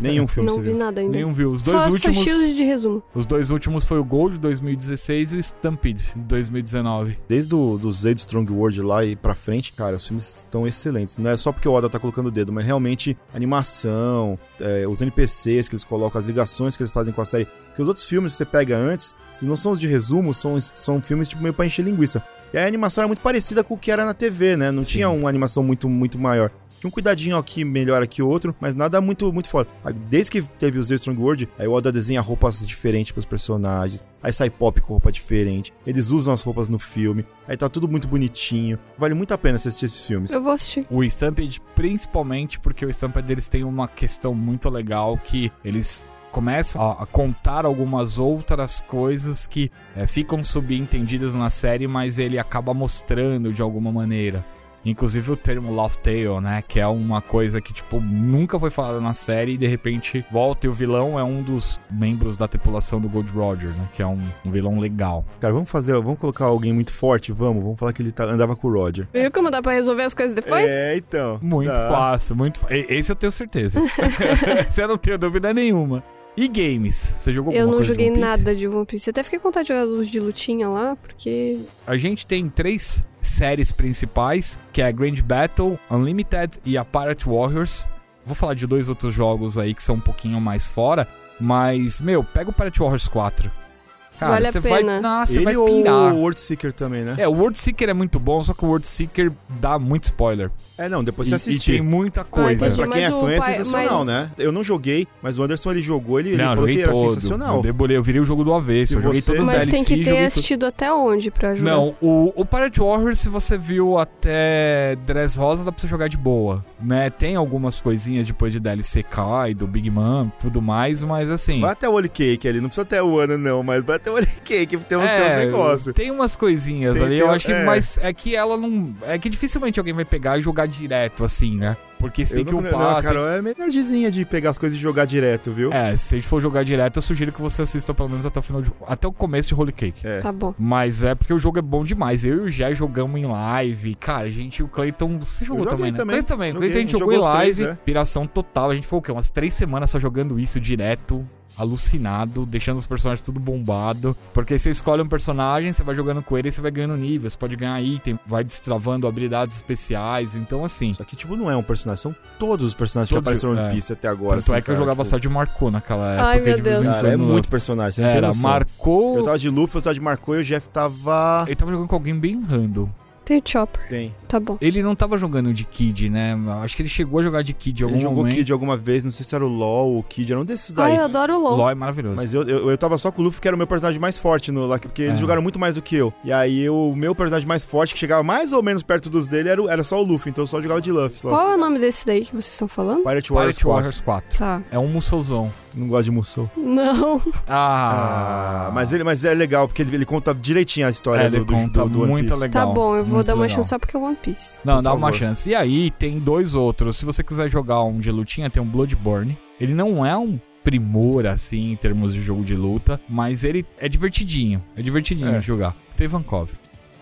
S2: Nenhum filme
S3: não
S2: você
S3: vi
S2: viu.
S3: nada ainda.
S1: Nenhum viu. Os dois
S3: Só
S1: últimos.
S3: assisti os de resumo.
S1: Os dois últimos foi o Gold de 2016 e o Stampede de 2019.
S2: Desde o do Z de Strong World lá e pra frente, cara, os filmes estão excelentes. Não é só porque o Oda tá colocando o dedo, mas realmente a animação, é, os NPCs que eles colocam, as ligações que eles fazem com a série. Porque os outros filmes que você pega antes, se não são os de resumo, são, são filmes tipo meio pra encher linguiça. E aí a animação era muito parecida com o que era na TV, né? Não
S1: Sim.
S2: tinha uma animação muito, muito maior. Tinha um cuidadinho aqui, melhor aqui outro, mas nada muito, muito foda. Ah, Desde que teve os The Strong World, aí o Oda desenha roupas diferentes pros personagens. Aí sai pop com roupa diferente. Eles usam as roupas no filme. Aí tá tudo muito bonitinho. Vale muito a pena você assistir esses filmes.
S3: Eu vou assistir.
S1: O Stampede, principalmente porque o Stampede eles têm uma questão muito legal que eles começam a, a contar algumas outras coisas que eh, ficam subentendidas na série, mas ele acaba mostrando de alguma maneira. Inclusive o termo Love Tale, né? Que é uma coisa que, tipo, nunca foi falada na série e de repente volta e o vilão é um dos membros da tripulação do Gold Roger, né? Que é um- um vilão legal.
S2: Cara, vamos fazer, vamos colocar alguém muito forte, vamos, vamos falar que ele tá- andava com o Roger.
S1: É.
S3: Viu como dá pra resolver as coisas depois?
S2: É, então.
S1: Muito
S2: Tá.
S1: fácil, muito fácil. Esse eu tenho certeza. Você eu não tenho dúvida nenhuma. E games? Você jogou
S3: Eu
S1: alguma
S3: não
S1: coisa de
S3: joguei
S1: One Piece?
S3: nada de One Piece. Até fiquei com vontade de jogar os de lutinha lá, porque
S1: A gente tem três séries principais, que é Grand Battle, Unlimited e a Pirate Warriors. Vou falar de dois outros jogos aí que são um pouquinho mais fora, mas, meu, pega o Pirate Warriors 4. Cara,
S3: Vale a
S1: você vai,
S3: pena.
S1: nossa, você
S2: Ele
S1: vai
S2: ou
S1: pirar.
S2: o World Seeker também, né?
S1: É, o World Seeker é muito bom, só que o World Seeker dá muito spoiler.
S2: É, não, depois
S1: E,
S2: você
S1: e tem né?
S2: assistir.
S1: muita coisa.
S2: Mas
S3: entendi.
S2: pra quem é
S3: Mas o
S2: fã é
S3: pai-
S2: sensacional,
S3: mas-
S2: né? Eu não joguei, mas o Anderson ele jogou, ele, ele
S1: não, eu
S2: falou
S1: joguei
S2: que era
S1: todo.
S2: sensacional.
S1: Eu debulei, eu virei o jogo do avesso.
S2: Se
S1: eu joguei
S2: você-
S1: todas as
S3: Mas
S1: DLC,
S3: tem que ter tipo, né?
S1: joguei tudo.
S3: assistido até onde pra jogar?
S1: Não, o, o Pirate Warriors, se você viu até Dress Rosa, dá pra você jogar de boa, né? Tem algumas coisinhas depois de DLC Kaido, Big Man, tudo mais, mas assim...
S2: Vai até o Holy Cake ali, não precisa até o ano não, mas vai até o Holy Cake, porque tem um uns, tem uns negócios.
S1: é, tem umas coisinhas
S2: Tem-
S1: ali,
S2: tem-
S1: eu acho que,
S2: é.
S1: mas é que ela não... É que dificilmente alguém vai pegar e jogar direto, assim, né? Porque você tem
S2: Eu
S1: que
S2: não,
S1: upar,
S2: não,
S1: você
S2: Carol, é meio nerdzinha de pegar as coisas e jogar direto, viu?
S1: É, se a gente for jogar direto, eu sugiro que você assista pelo menos até o final de, até o começo de Holy Cake.
S2: É.
S3: Tá bom.
S1: Mas é porque o jogo é bom demais. Eu e o Jé jogamos em live. Cara, a gente, o Cleiton. Você jogou
S2: joguei
S1: também, né?
S2: também.
S1: Cleiton também.
S2: Joguei,
S1: Cleiton a gente jogou em
S2: jogou os
S1: live.
S2: três, é.
S1: Piração total. A gente ficou o quê? Umas três semanas só jogando isso direto. Alucinado, deixando os personagens tudo bombado. Porque você escolhe um personagem, você vai jogando com ele e você vai ganhando nível. Você pode ganhar item, vai destravando habilidades especiais. Então, assim.
S2: Só que, tipo, não é um personagem, são todos os personagens que
S1: Todos,
S2: apareceram no
S1: é.
S2: One Piece até agora.
S1: tanto
S2: assim,
S1: é que eu
S2: cara,
S1: jogava
S2: tipo,
S1: só de Marco naquela época.
S3: Ai, meu
S1: de vez em
S3: Deus.
S2: Cara, é
S1: quando-
S2: muito personagem, você não tem
S1: Era,
S2: noção.
S1: marcou.
S2: Eu tava de Luffy, eu tava de Marco e o Jeff tava...
S1: Ele tava jogando com alguém bem random.
S3: Tem Chopper.
S2: Tem.
S3: Tá bom.
S1: Ele não tava jogando de Kid, né? Acho que ele chegou a jogar de Kid em algum
S2: Ele jogou
S1: momento.
S2: Kid alguma vez, não sei se era o LoL ou o Kid, era um desses daí.
S3: Ai, Ah, eu adoro o LOL.
S1: LOL é maravilhoso.
S2: Mas eu, eu, eu tava só com o Luffy, que era o meu personagem mais forte no lá, porque
S1: É.
S2: eles jogaram muito mais do que eu. E aí eu- o meu personagem mais forte, que chegava mais ou menos perto dos dele, era, o- era só o Luffy, então eu só jogava de Luffy. Lá.
S3: Qual é o nome desse daí que vocês estão falando?
S2: Pirate Warriors
S1: Pirate
S2: 4.
S1: Warriors 4.
S3: Tá.
S1: É um mussouzão.
S2: Não gosto de Musou.
S3: Não.
S1: Ah,
S2: Ah, mas, ele, mas é legal, porque ele, ele conta direitinho a história
S1: é, ele
S2: do, do,
S1: conta
S2: do, do One
S1: muito
S2: Piece.
S1: legal.
S3: Tá bom, eu vou
S1: muito
S3: dar uma
S1: legal.
S3: chance só porque é One Piece.
S1: Não,
S2: Por
S1: dá uma
S2: favor.
S1: chance. E aí, tem dois outros. Se você quiser jogar um de lutinha, tem um Bloodborne. Ele não é um primor, assim, em termos de jogo de luta, mas ele é divertidinho. É divertidinho
S2: É.
S1: de jogar. Tem Vankov.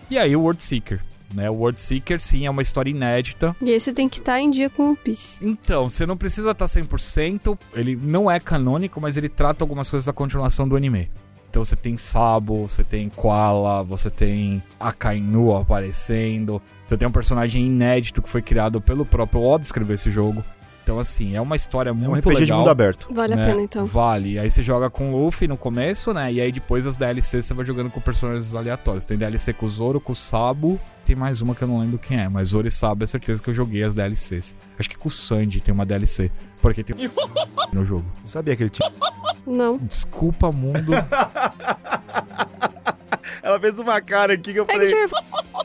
S1: E aí o World Seeker. Né? O World Seeker, sim, é uma história inédita.
S3: E aí você tem que estar em dia com o Piece.
S1: Então, você não precisa estar 100%, ele não é canônico, mas ele trata algumas coisas da continuação do anime. Então você tem Sabo, você tem Koala, você tem Akainu aparecendo, você tem um personagem inédito que foi criado pelo próprio Oda escrever esse jogo. Então assim, é uma história
S2: É
S1: muito
S2: um RPG de
S1: legal.
S2: mundo aberto.
S3: Vale
S1: né?
S3: a pena, então.
S1: Vale. Aí você joga com o Luffy no começo, né? E aí depois as DLCs você vai jogando com personagens aleatórios. Tem DLC com o Zoro, com o Sabo. Tem mais uma que eu não lembro quem é, mas Zoro e Sabo é certeza que eu joguei as DLCs. Acho que com o Sandy tem uma DLC. Porque tem no jogo.
S2: Você sabia que ele tinha.
S3: Não.
S1: Desculpa, mundo.
S2: Ela fez uma cara aqui que eu
S3: É que tinha...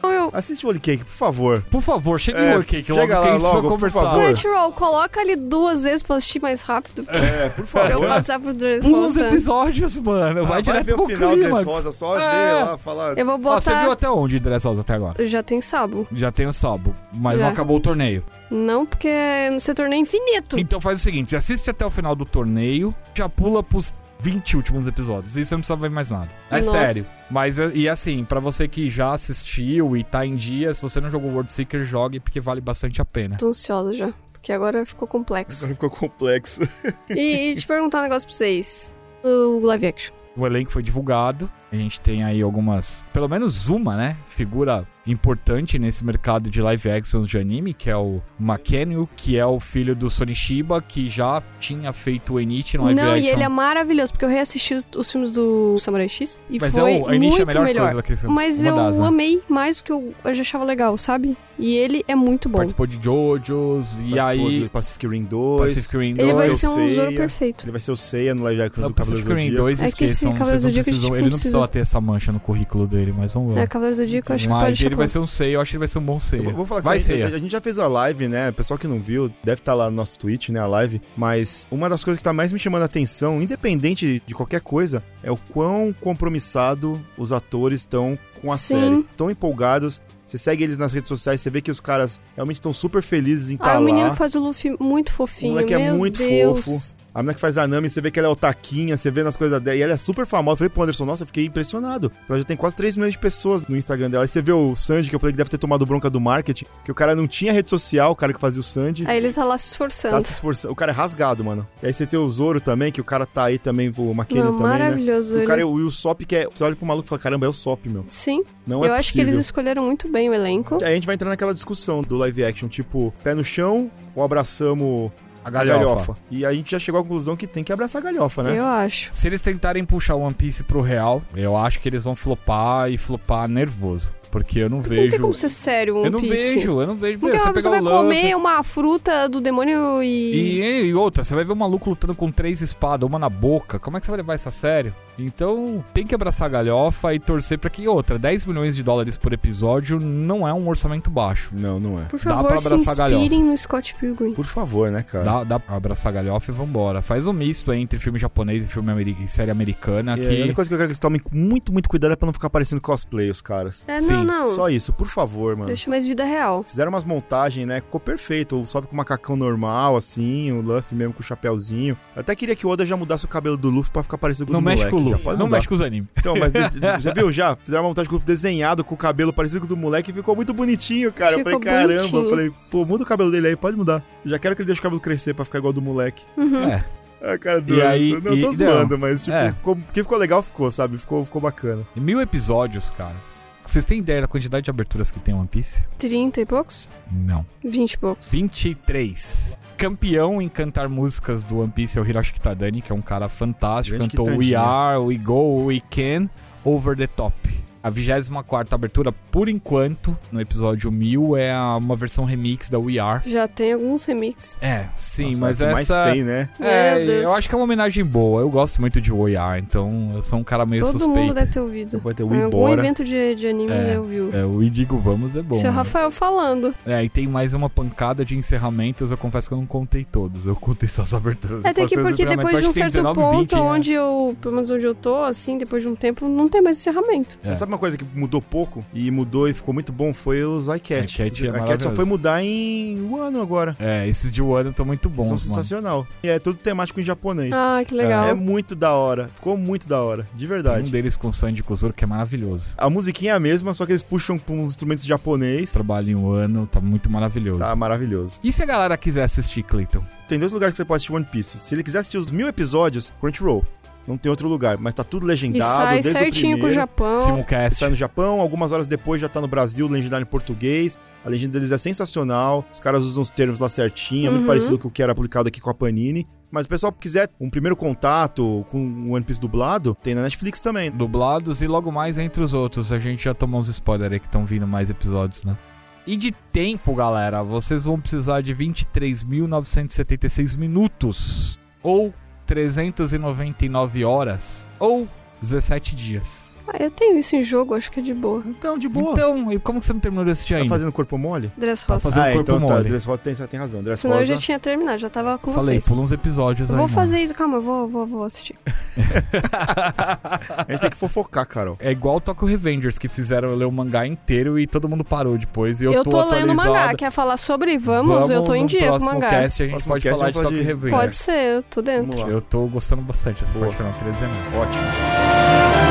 S3: Eu...
S2: Assiste o Holy Cake, por favor.
S1: Por favor, chega em
S2: É,
S1: Roll Cake logo
S2: chega
S1: que a
S2: lá
S1: gente precisa
S2: logo, por
S1: conversar.
S2: favor.
S3: Crunchyroll, coloca ali duas vezes pra eu assistir mais rápido.
S2: É, por
S3: Pra eu
S2: favor.
S3: passar pro Dress
S1: Pula os
S3: Rosa.
S1: episódios,
S2: Ah,
S1: mano. vai direto pro
S2: final
S1: clímax.
S2: Rosa, só
S1: É.
S2: ver lá, falar.
S3: Eu vou
S1: Ó, você viu
S3: botar...
S1: até onde Dressrosa até agora?
S3: Já tem Sabo.
S1: Já tem o Sabo, mas
S3: Já.
S1: não acabou o torneio.
S3: Não, porque você tornou infinito.
S1: Então faz o seguinte, assiste até o final do torneio, já pula pros 20 últimos episódios, e você não precisa ver mais nada. É
S3: Nossa.
S1: sério. Mas, é- e assim, pra você que já assistiu e tá em dia, se você não jogou World Seeker, jogue, porque vale bastante a pena.
S3: Tô ansiosa já. Porque agora ficou complexo.
S2: Agora ficou complexo.
S3: E, e te perguntar um negócio pra vocês. O live action.
S1: O elenco foi divulgado, a gente tem aí algumas, pelo menos uma, né, figura importante nesse mercado de live actions de anime, que é o Makenyu, que é o filho do Sonishiba, que já tinha feito o Enichi no Um live
S3: não,
S1: action.
S3: e ele é maravilhoso, porque eu reassisti os, os filmes do Samurai X e
S1: Mas
S3: foi
S1: é o Enichi é
S3: muito
S1: a melhor,
S3: melhor.
S1: coisa daquele filme.
S3: Mas
S1: uma
S3: eu
S1: das, né?
S3: amei mais do que eu, eu já achava legal, sabe? E ele é muito bom.
S1: Participou de Jojo's, e aí.
S2: Pacific Rim 2.
S1: Pacific Rim
S3: Ele vai
S1: dois.
S2: Dois,
S3: ser um
S2: Seiya.
S3: Zoro perfeito.
S2: Ele vai ser o Seiya no live action
S1: Não,
S2: do Cavaleiro
S1: Pacific Rim
S2: Zodíaco.
S1: 2,
S3: É que esse
S1: esqueçam. Vocês
S3: Cavaleiros
S1: não
S3: do Zodíaco,
S1: precisam,
S3: tipo,
S1: ele não
S3: precisa-
S1: precisava ter essa mancha no currículo dele, mas vamos
S3: É,
S1: ver.
S3: Cavaleiro do Zodíaco, eu acho que pode
S1: mas ele vai
S3: deixar pronto.
S1: ser um Seiya, eu acho que ele vai ser um bom Seiya.
S2: Eu vou falar assim,
S1: vai
S2: a, gente-
S1: Seiya.
S2: a gente já fez a live, né? Pessoal que não viu, deve estar lá no nosso Twitch, né? A live. Mas uma das coisas que tá mais me chamando a atenção, independente de qualquer coisa, é o quão compromissado os atores estão com a
S3: Sim.
S2: série. Estão empolgados. Você segue eles nas redes sociais, você vê que os caras realmente estão super felizes em estar
S3: Ah, o menino
S2: lá.
S3: que faz o Luffy muito fofinho.
S2: O moleque é
S3: meu
S2: muito
S3: Deus.
S2: fofo. A menina que faz a Nami, você vê que ela é o taquinha, você vê nas coisas dela. E ela é super famosa. Eu falei pro Anderson, nossa, eu fiquei impressionado. Ela já tem quase 3 milhões de pessoas no Instagram dela. Aí você vê o Sanji, que eu falei que deve ter tomado bronca do marketing, que o cara não tinha rede social, o cara que fazia o Sanji.
S3: Aí ele tá lá se
S2: Tá
S3: esforçando.
S2: se esforçando. O cara é rasgado, mano. E aí você tem o Zoro também, que o cara tá aí também, o Maquino
S3: Não,
S2: também, né?
S3: maravilhoso
S2: O
S3: ele.
S1: um-
S2: cara é o Usopp, que é. Você olha pro maluco e fala, caramba, é o Usopp, meu.
S3: Sim,
S2: Não
S3: eu
S2: é
S3: acho que eles
S2: possível.
S3: escolheram muito bem o elenco.
S2: Aí a gente vai entrar naquela discussão do live action, tipo, pé no chão ou abraçamos
S1: A
S2: a
S1: galhofa.
S2: galhofa. E a gente já chegou à conclusão que tem que abraçar a
S1: É,
S2: galhofa, né?
S3: Eu acho.
S1: Se eles tentarem puxar o One Piece pro real, eu acho que eles vão flopar e flopar nervoso. Porque eu não
S3: Porque não tem
S1: vejo.
S3: como ser sério um
S1: eu não
S3: Piece.
S1: vejo, eu não vejo.
S3: Porque
S1: Meu,
S3: uma
S1: você pegar
S3: pessoa
S1: o
S3: vai
S1: Luffy.
S3: comer uma fruta do demônio e...
S1: E, e outra, você vai ver um maluco lutando com três espadas, uma na boca. Como é que você vai levar isso a sério? Então, tem que abraçar a galhofa e torcer pra que e outra. 10 milhões de dólares por episódio não é um orçamento baixo.
S2: Não, não é.
S3: Por
S1: Dá
S3: favor,
S1: pra
S3: se
S1: abraçar a galhofa.
S3: inspirem no Scott Pilgrim.
S2: Por favor, né, cara?
S1: Dá, dá pra abraçar a galhofa e vambora. Faz um misto aí entre filme japonês e filme ameri- e série americana
S2: E
S1: que.
S2: a única coisa que eu quero é que eles tomem muito, muito cuidado é pra não ficar parecendo cosplay os caras.
S3: É,
S1: Sim,
S3: não, não.
S2: Só isso, por favor, mano.
S3: Deixa mais vida real.
S2: Fizeram umas montagens, né? Ficou perfeito. O Sobe com o macacão normal, assim, o Luffy mesmo com o chapéuzinho. Eu até queria que o Oda já mudasse o cabelo do Luffy pra ficar parecido com
S1: Não
S2: o do
S1: mexe
S2: moleque.
S1: com o
S2: Já
S1: Luffy.
S2: pode
S1: Não
S2: mudar.
S1: mexe com os animes.
S2: Então, mas de- de- você viu já? Fizeram uma montagem com o Luffy desenhado com o cabelo parecido com o do moleque e ficou muito bonitinho, cara. eu
S3: Ficou
S2: falei, caramba, eu
S3: bonitinho.
S2: falei, pô, muda o cabelo dele aí, pode mudar. Já quero que ele deixe o cabelo crescer pra ficar igual ao do moleque.
S3: Uhum.
S1: É.
S2: Ah, cara, doido.
S1: aí-
S2: não, eu
S1: e-
S2: tô
S1: não.
S2: zoando, mas tipo,
S1: É.
S2: ficou, porque ficou legal, ficou, sabe? Ficou, ficou bacana.
S1: Mil episódios, cara. Vocês têm ideia da quantidade de aberturas que tem One Piece?
S3: 30 e poucos?
S1: Não.
S3: 20 e poucos.
S1: 23. Campeão em cantar músicas do One Piece é o Hiroshi Kitadani, que é um cara fantástico.
S2: Grande
S1: Cantou We
S2: Kitadinha.
S1: Are, We Go, We Can, Over the Top. A 24 abertura, por enquanto, no episódio 1000, é a- uma versão remix da We Are.
S3: Já tem alguns remix.
S1: É, sim,
S2: Nossa,
S1: mas
S2: é o que
S1: essa.
S2: Mais tem, né?
S1: É,
S3: Meu Deus.
S1: eu acho que é uma homenagem boa. Eu gosto muito de We Are, então eu sou um cara meio
S3: Todo mundo
S1: suspeito.
S3: deve ter ouvido.
S2: Vai ter o
S3: Em algum
S2: Ibora.
S3: evento de, de anime
S1: É,
S3: eu ouviu.
S1: É, o E Digo Vamos é bom.
S3: Seu
S1: né?
S3: Rafael falando.
S1: É, e tem mais uma pancada de encerramentos. Eu confesso que eu não contei todos. Eu contei só as aberturas.
S3: É, até que
S1: Eu passei os
S3: porque
S1: encerramentos,
S3: depois
S1: acho
S3: de um
S1: que tem
S3: certo
S1: 19,
S3: ponto
S1: 20, né?
S3: onde eu, pelo menos onde eu tô, assim, depois de um tempo, não tem mais encerramento.
S1: É.
S2: Sabe Sabe uma coisa que mudou pouco e mudou e ficou muito bom? Foi os iCat.
S1: iCat é
S2: a iCat só
S1: maravilhoso.
S2: foi mudar em um ano agora.
S1: É, esses de Wano estão muito bons,
S2: São
S1: mano.
S2: sensacional. E é tudo temático em japonês.
S3: Ah, que legal.
S2: É muito da hora. Ficou muito da hora, de
S1: Tem
S2: verdade.
S1: um deles com sangue de Kozoro que é maravilhoso.
S2: A musiquinha é a mesma, só que eles puxam com uns instrumentos japonês.
S1: Trabalho em Wano, tá muito maravilhoso.
S2: Tá maravilhoso.
S1: E se a galera quiser assistir, Clayton?
S2: Tem dois lugares que você pode assistir One Piece. Se ele quiser assistir os mil episódios, Crunchyroll. Não tem outro lugar, mas tá tudo
S3: E
S2: legendado
S3: sai
S2: desde o
S3: certinho
S2: primeiro.
S3: com o Japão.
S1: Simulcast.
S2: Sai no Japão, algumas horas depois já tá no Brasil, legendado em português. A legenda deles é sensacional, os caras usam os termos lá certinho, é muito
S3: Uhum.
S2: parecido com o que era publicado aqui com a Panini. Mas o pessoal que quiser um primeiro contato com o One Piece dublado, tem na Netflix também.
S1: Dublados e logo mais entre os outros. A gente já tomou uns spoilers aí que estão vindo mais episódios, né? E de tempo, galera, vocês vão precisar de 23.976 minutos. Ou 399 horas. Ou 17 dias.
S3: Ah, eu tenho isso em jogo, acho que é de boa.
S2: Então, de boa.
S1: Então, e como que você não terminou de assistir
S2: tá
S1: ainda?
S2: fazendo corpo mole?
S3: Dress
S1: Tá
S3: Rosa.
S1: fazendo
S2: ah,
S1: corpo
S2: então tá,
S1: mole.
S2: Dress Rosa tem, tem razão. Dress
S3: Senão eu
S2: Rosa.
S3: já tinha terminado, já tava com
S1: Falei,
S3: vocês.
S1: pula uns episódios
S3: Eu
S1: aí.
S3: vou
S1: mano.
S3: fazer isso, calma, eu vou, vou, vou assistir.
S2: A gente tem que fofocar, Carol.
S1: É igual Tokyo Revengers, que fizeram eu ler o mangá inteiro e todo mundo parou depois. E eu,
S3: tô, lendo o
S1: atualizado.
S3: mangá, quer falar sobre Vamos? eu tô em
S1: no
S3: dia com o
S1: próximo
S3: mangá.
S1: Cast, a gente
S2: Próximo
S1: pode
S2: cast
S1: falar de
S2: vamos
S1: Tokyo
S2: falar
S1: Revengers.
S3: Pode ser, eu tô
S2: Vamos
S3: dentro.
S2: lá.
S1: Eu tô gostando bastante dessa
S2: Boa.
S1: parte, não queria dizer nada.
S2: Ótimo.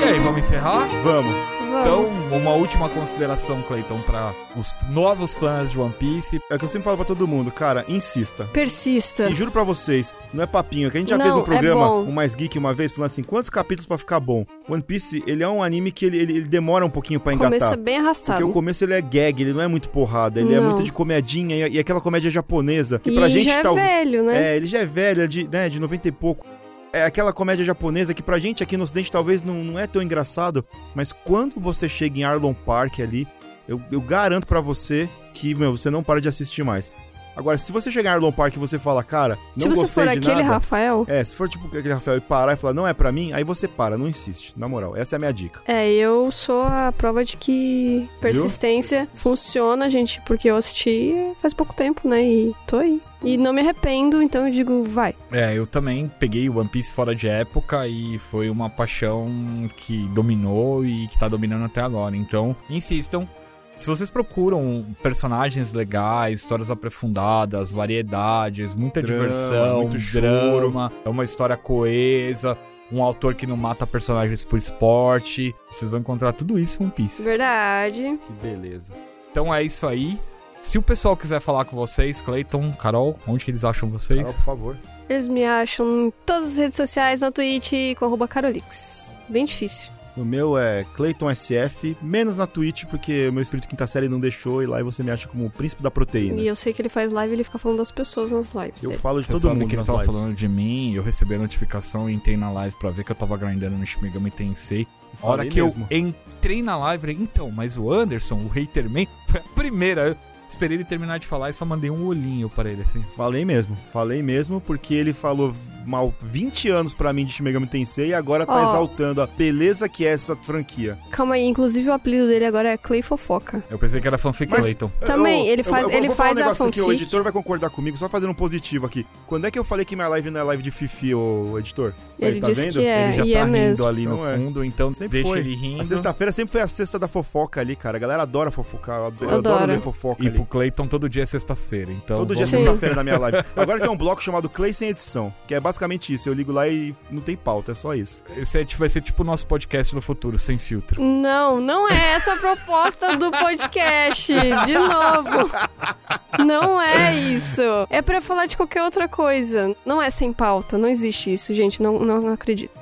S1: E aí, vamos encerrar?
S2: Vamos.
S1: Então,
S3: Vamos.
S1: uma última consideração, Clayton, pra os novos fãs de One Piece.
S2: É o que eu sempre falo pra todo mundo, cara, insista.
S3: Persista.
S2: E juro pra vocês, não é papinho, que a gente já
S3: Não,
S2: fez um
S3: é
S2: programa,
S3: bom.
S2: um mais geek uma vez, falando assim, quantos capítulos pra ficar bom? One Piece, ele é um anime que ele, ele- ele demora um pouquinho pra engatar.
S3: Começa é bem
S2: porque
S3: arrastado.
S2: o começo ele é gag, ele não é muito porrada, ele é
S3: Não.
S2: muito de comedinha e, e aquela comédia japonesa que
S3: E
S2: pra gente
S3: já é
S2: tá
S3: velho, né?
S2: É, ele já é velho, é de, né, de 90 e pouco. É aquela comédia japonesa que pra gente aqui no ocidente talvez não, não é tão engraçado, mas quando você chega em Arlon Park ali, eu, eu garanto pra você que, meu, você não para de assistir mais. Agora, se você chegar em Arlon Park e você fala, cara,
S3: Se
S2: não
S3: você
S2: gostei
S3: for
S2: de
S3: aquele
S2: nada...
S3: Rafael,
S2: É, se for tipo aquele Rafael e parar e falar, não é pra mim, aí você para, não insiste, na moral. Essa é a minha dica.
S3: é, eu sou a prova de que persistência funciona, gente, porque eu assisti faz pouco tempo, né? E tô aí. E não me arrependo, então eu digo, vai.
S1: É, eu também peguei One Piece fora de época e foi uma paixão que dominou e que tá dominando até agora. Então, insistam. Se vocês procuram personagens legais, histórias aprofundadas, variedades, muita
S2: Drama,
S1: diversão,
S2: muito choro.
S1: drama, é uma história coesa, um autor que não mata personagens por esporte, vocês vão encontrar tudo isso em One Piece.
S3: Verdade.
S2: Que beleza.
S1: Então é isso aí. Se o pessoal quiser falar com vocês, Clayton, Carol, onde que eles acham vocês?
S2: Carol, por favor.
S3: Eles me acham em todas as redes sociais, na Twitch, com arroba Carolix. Bem difícil.
S2: No meu é Clayton SF, menos na Twitch, porque meu espírito quinta série não deixou, e lá você me acha como o príncipe da proteína.
S3: E eu sei que ele faz live e ele fica falando das pessoas nas lives.
S2: né? Eu
S3: dele.
S2: falo de
S1: Você
S2: todo
S1: sabe
S2: mundo
S1: que ele
S2: nas
S1: tava
S2: lives.
S1: falando de mim, eu recebi a notificação e entrei na live pra ver que eu tava grindando no Shimigami Tensei. A hora
S2: Falei
S1: que
S2: mesmo.
S1: eu entrei na live, falei, então, mas o Anderson, o hater man, foi a primeira. Eu esperei ele terminar de falar e só mandei um olhinho pra ele, assim.
S2: Falei mesmo, falei mesmo, porque ele falou mal 20 anos pra mim de Shimegami Tensei e agora tá
S3: Ó.
S2: exaltando a beleza que é essa franquia.
S3: Calma aí, inclusive o apelido dele agora é Clay Fofoca.
S1: Eu pensei que era fanfic
S2: Mas-
S1: Clayton.
S3: Também,
S2: Eu-
S3: ele
S2: eu-
S3: faz-
S2: eu vou
S3: ele
S2: falar
S3: faz a
S2: um negócio aqui, o
S3: fanfic.
S2: editor vai concordar comigo, só fazendo um positivo aqui. Quando é que eu falei que minha live não é live de fifi, ô editor? Aí,
S3: Ele
S2: tá
S3: disse
S2: vendo?
S3: que é,
S1: ele já
S3: e
S1: tá
S3: é
S1: rindo
S3: mesmo.
S1: ali no
S2: Então é.
S1: fundo, então
S2: Sempre
S1: deixa
S2: foi.
S1: ele
S2: A
S1: rindo.
S2: sexta-feira sempre foi a sexta da fofoca ali, cara. A galera adora fofocar, eu adoro, eu adoro
S3: Adoro.
S2: ler fofoca
S1: E
S2: ali.
S1: pro Clayton todo dia é sexta-feira, então.
S2: Todo dia é
S1: vamos-
S3: Sim.
S2: sexta-feira na minha live. Agora tem um bloco chamado Clay sem edição, que é basicamente isso. Eu ligo lá e não tem pauta, é só isso.
S1: Esse é, tipo- vai ser tipo o nosso podcast no futuro, sem filtro.
S3: Não, não é essa a proposta do podcast. De novo. Não é isso. É pra falar de qualquer outra coisa. Não é sem pauta. Não existe isso, gente. Não, não, não acredito.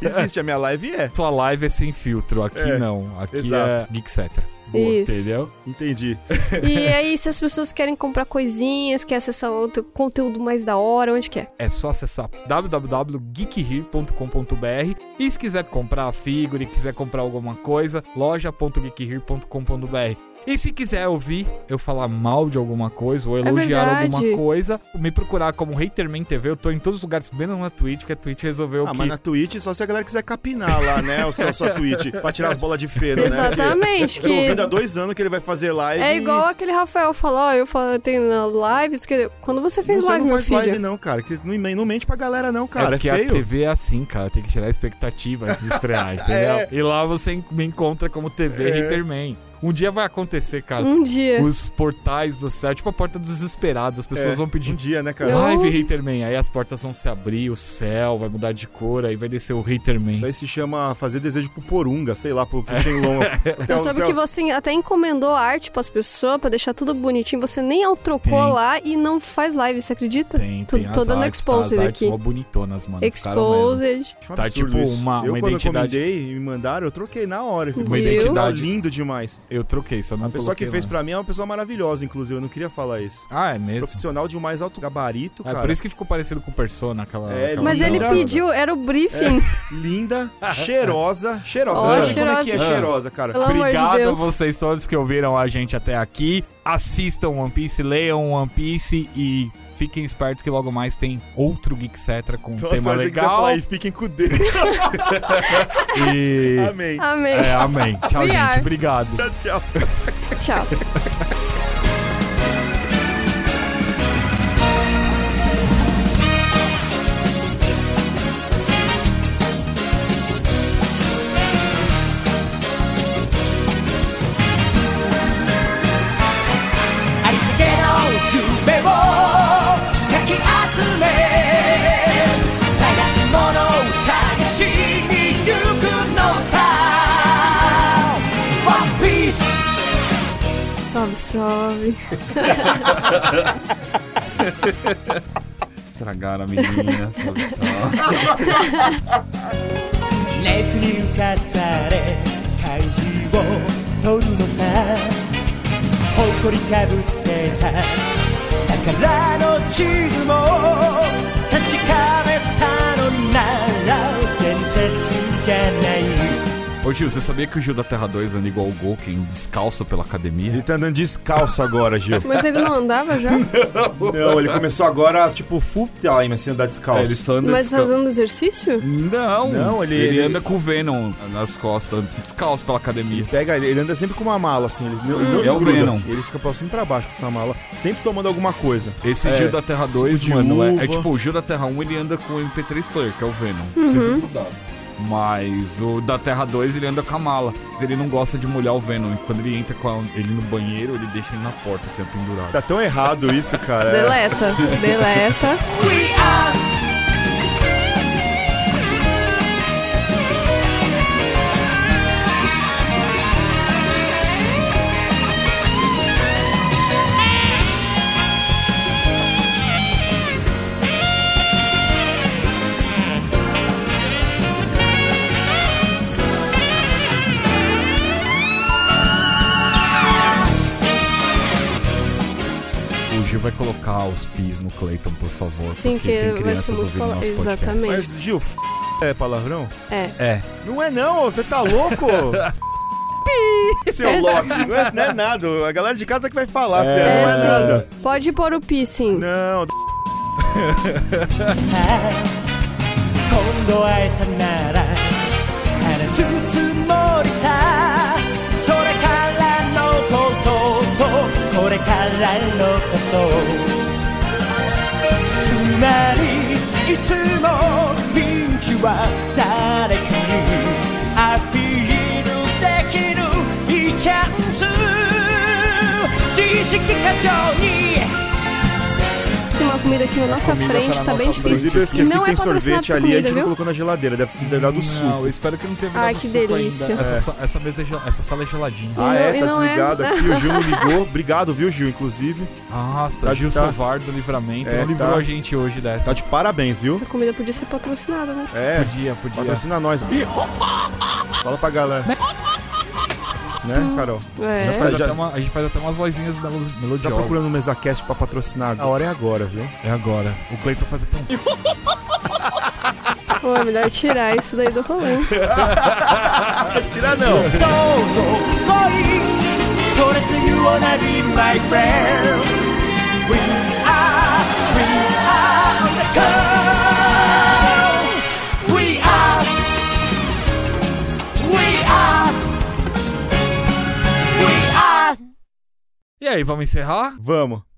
S2: Existe a minha live e é.
S1: Sua live é sem filtro, aqui
S2: É,
S1: não. Aqui
S2: exato.
S1: é Geek Cetera.
S3: Isso.
S1: Entendeu?
S2: Entendi.
S1: Então
S3: E aí, se as pessoas querem comprar coisinhas, quer acessar outro conteúdo mais da hora, onde quer.
S1: É só acessar www.geekhere.com.br e se quiser comprar a figure, quiser comprar alguma coisa, loja.geekhere.com.br. E se quiser ouvir eu falar mal de alguma coisa ou elogiar
S3: É verdade.
S1: alguma coisa, me procurar como Haterman TV, eu tô em todos os lugares, menos na Twitch, porque a Twitch resolveu
S2: Ah,
S1: que é
S2: mas na Twitch só se a galera quiser capinar lá, né? O seu, a sua Twitch, pra tirar as bolas de feira, né? Porque
S3: Exatamente,
S2: Eu tô ouvindo há
S3: que...
S2: dois anos que ele vai fazer live.
S3: É
S2: e
S3: igual aquele Rafael falou, ó, eu falo, tenho na live, isso que- quando você fez
S2: Você
S3: live,
S2: não
S3: meu
S2: faz
S3: filho?
S2: live, não, cara. Que não, não mente pra galera, não,
S1: É
S2: cara. É,
S1: porque a
S2: feio.
S1: TV é assim, cara. Tem que tirar a expectativa antes de estrear, entendeu?
S2: É.
S1: E lá você en- me encontra como TV
S2: É.
S1: Haterman. Um dia vai acontecer, cara.
S3: Um dia.
S1: Os portais do céu, tipo a porta dos desesperados. As pessoas
S2: É,
S1: vão
S2: Um
S1: pedir
S2: dia, né, cara?
S3: Eu-
S1: live Haterman. Aí as portas vão se abrir, o céu vai mudar de cor, aí vai descer o Haterman.
S2: Isso aí se chama fazer desejo pro Porunga, sei lá, pro,
S1: É.
S2: pro Shenlong. Até
S3: Eu
S1: Então,
S2: o
S3: soube
S2: céu-
S3: que você até encomendou arte pras pessoas pra deixar tudo bonitinho. Você nem altrocou
S1: Tem.
S3: lá e não faz live, você acredita?
S1: Tem,
S3: Tô-
S1: tem
S3: tô
S1: as
S3: dando
S1: artes, tá?
S3: exposed
S1: As artes
S3: aqui.
S1: mó bonitonas, mano. Ficaram mesmo.
S3: Exposed.
S2: Acho um
S1: Tá
S2: absurdo
S1: tipo
S2: isso.
S1: uma-
S2: eu,
S1: uma
S2: quando
S1: identidade-
S2: Eu encomendei e me mandaram, eu troquei na hora. Eu fico com
S3: Uma
S2: esse
S1: identidade.
S2: sinal lindo demais.
S1: Eu troquei, só não
S2: A pessoa que
S1: coloquei
S2: fez
S1: lá.
S2: pra mim é uma pessoa maravilhosa, inclusive. Eu não queria falar isso.
S1: Ah, é mesmo?
S2: Profissional de um mais alto gabarito,
S1: É
S2: cara.
S1: por isso que ficou parecido com Persona, aquela.
S2: É,
S1: aquela
S3: Mas
S2: Não,
S3: ele
S2: não.
S1: parada.
S3: pediu, era o briefing.
S2: Linda, cheirosa. Cheirosa.
S3: Ó,
S2: Você sabe como é que é
S3: cheirosa.
S2: cheirosa, cara?
S3: Pelo amor de
S1: Obrigado a
S3: Deus.
S1: vocês todos que ouviram a gente até aqui. Assistam One Piece, leiam One Piece e fiquem espertos que logo mais tem outro Geek Cetra com um
S2: Nossa,
S1: tema
S2: eu achei que você ia
S1: legal.
S2: falar, e fiquem com Deus.
S1: E.
S2: Amém.
S3: Amém.
S1: É, amém. Tchau,
S3: We
S1: gente.
S3: are.
S1: Obrigado.
S2: Tchau, tchau.
S3: Tchau.
S6: ありふけの夢をかき集め探し物を探しに行くのさ One Piece
S3: Salve, salve.
S1: Estragaram a menina. sabe?
S6: 熱に浮かされ怪獣を取るのさ誇りかぶってた宝の地図も確かめたのなら伝説じゃない
S1: Ô, Gil, você sabia que o Gil da Terra 2 anda igual o Golken, descalço pela academia?
S2: Ele tá andando descalço agora, Gil.
S3: Mas ele não andava já?
S2: Não, ele começou agora, tipo, full time, assim, andar descalço.
S1: É, ele só anda
S3: Mas
S1: descalço.
S3: fazendo exercício?
S1: Não,
S2: Não, ele-
S1: ele
S2: ele-
S1: anda com o Venom nas costas, descalço pela academia.
S2: Pega, ele ele anda sempre com uma mala, assim, ele não,
S1: É
S2: não
S1: o
S2: desgruda.
S1: Venom.
S2: Ele fica pra cima e pra baixo com essa mala, sempre tomando alguma coisa.
S1: Esse
S2: É,
S1: Gil da Terra
S2: suco
S1: 2,
S2: de
S1: mano, é- é,
S2: uva.
S1: tipo o Gil da Terra 1, ele anda com o MP3 player, que é o Venom.
S3: Uhum.
S1: Sempre grudado. Mas o da Terra 2, ele anda com a mala. Mas Ele não gosta de molhar o Venom. E quando ele entra com a- ele no banheiro, ele deixa ele na porta, assim, pendurado.
S2: Tá tão errado isso, cara. É.
S3: Deleta, deleta.
S6: We are
S1: O Gil vai colocar os pis no Clayton, por favor.
S3: Sim,
S1: porque
S3: que
S1: tem
S3: vai ser
S1: crianças
S3: muito
S1: ouvindo
S3: fala-
S1: nosso podcast.
S3: Exatamente.
S2: Mas, Gil, f... é palavrão?
S3: É.
S1: É.
S2: Não é não, você tá louco? Pi, Seu
S3: assim.
S2: Loki, não é, não é nada. A galera de casa que vai falar, se é, não é
S3: sim.
S2: nada.
S3: Pode pôr o piercing.
S2: Não,
S6: 「今度会えたなら話すつもりさ」「それからのこととこれからのこと」「つまりいつもピンチは誰かにアピールできるいいチャンス」「知識過剰に」
S3: Tem uma comida aqui na nossa
S1: Comida tá
S3: frente,
S1: na
S3: tá bem
S1: nossa
S3: difícil.
S2: inclusive eu esqueci
S3: não
S2: que tem
S3: é patrocinado
S2: sorvete
S3: essa
S2: ali, a
S3: comida,
S2: gente não
S3: viu?
S2: colocou na geladeira, deve ter virado
S1: Não,
S2: do suco.
S1: eu espero que não tenha virado
S3: Ai, que
S1: suco ainda.
S3: delícia.
S1: Essa, essa mesa é gel- essa sala é geladinha.
S2: Ah,
S3: E
S2: é, tá
S3: não- e não é-
S2: desligado aqui, o Gil não ligou. Obrigado, viu, Gil, inclusive.
S1: Nossa,
S2: Tá-
S1: Gil
S2: tá-
S1: Sovar do Livramento
S2: É,
S1: não livrou
S2: tá-
S1: a gente hoje dessa.
S2: Tá de parabéns, viu?
S3: A comida podia ser patrocinada, né?
S2: É,
S1: Podia, podia.
S2: Patrocina nós. Fala pra galera. Né, Carol?
S3: É.
S2: Já
S1: Faz
S2: sai, já-
S1: até uma- a gente faz até umas vozinhas melo-
S2: Tá
S1: melodiosas.
S2: procurando um MesaCast pra patrocinar? A hora é agora, viu?
S1: É agora. O Cleiton faz até um.
S3: Pô, é melhor tirar isso daí do rolê.
S2: Tira não!
S6: 「恋するそれって You wanna be my friend We are, we are on the coast We are, we are, we are
S1: E aí, vamos encerrar?
S2: Vamos.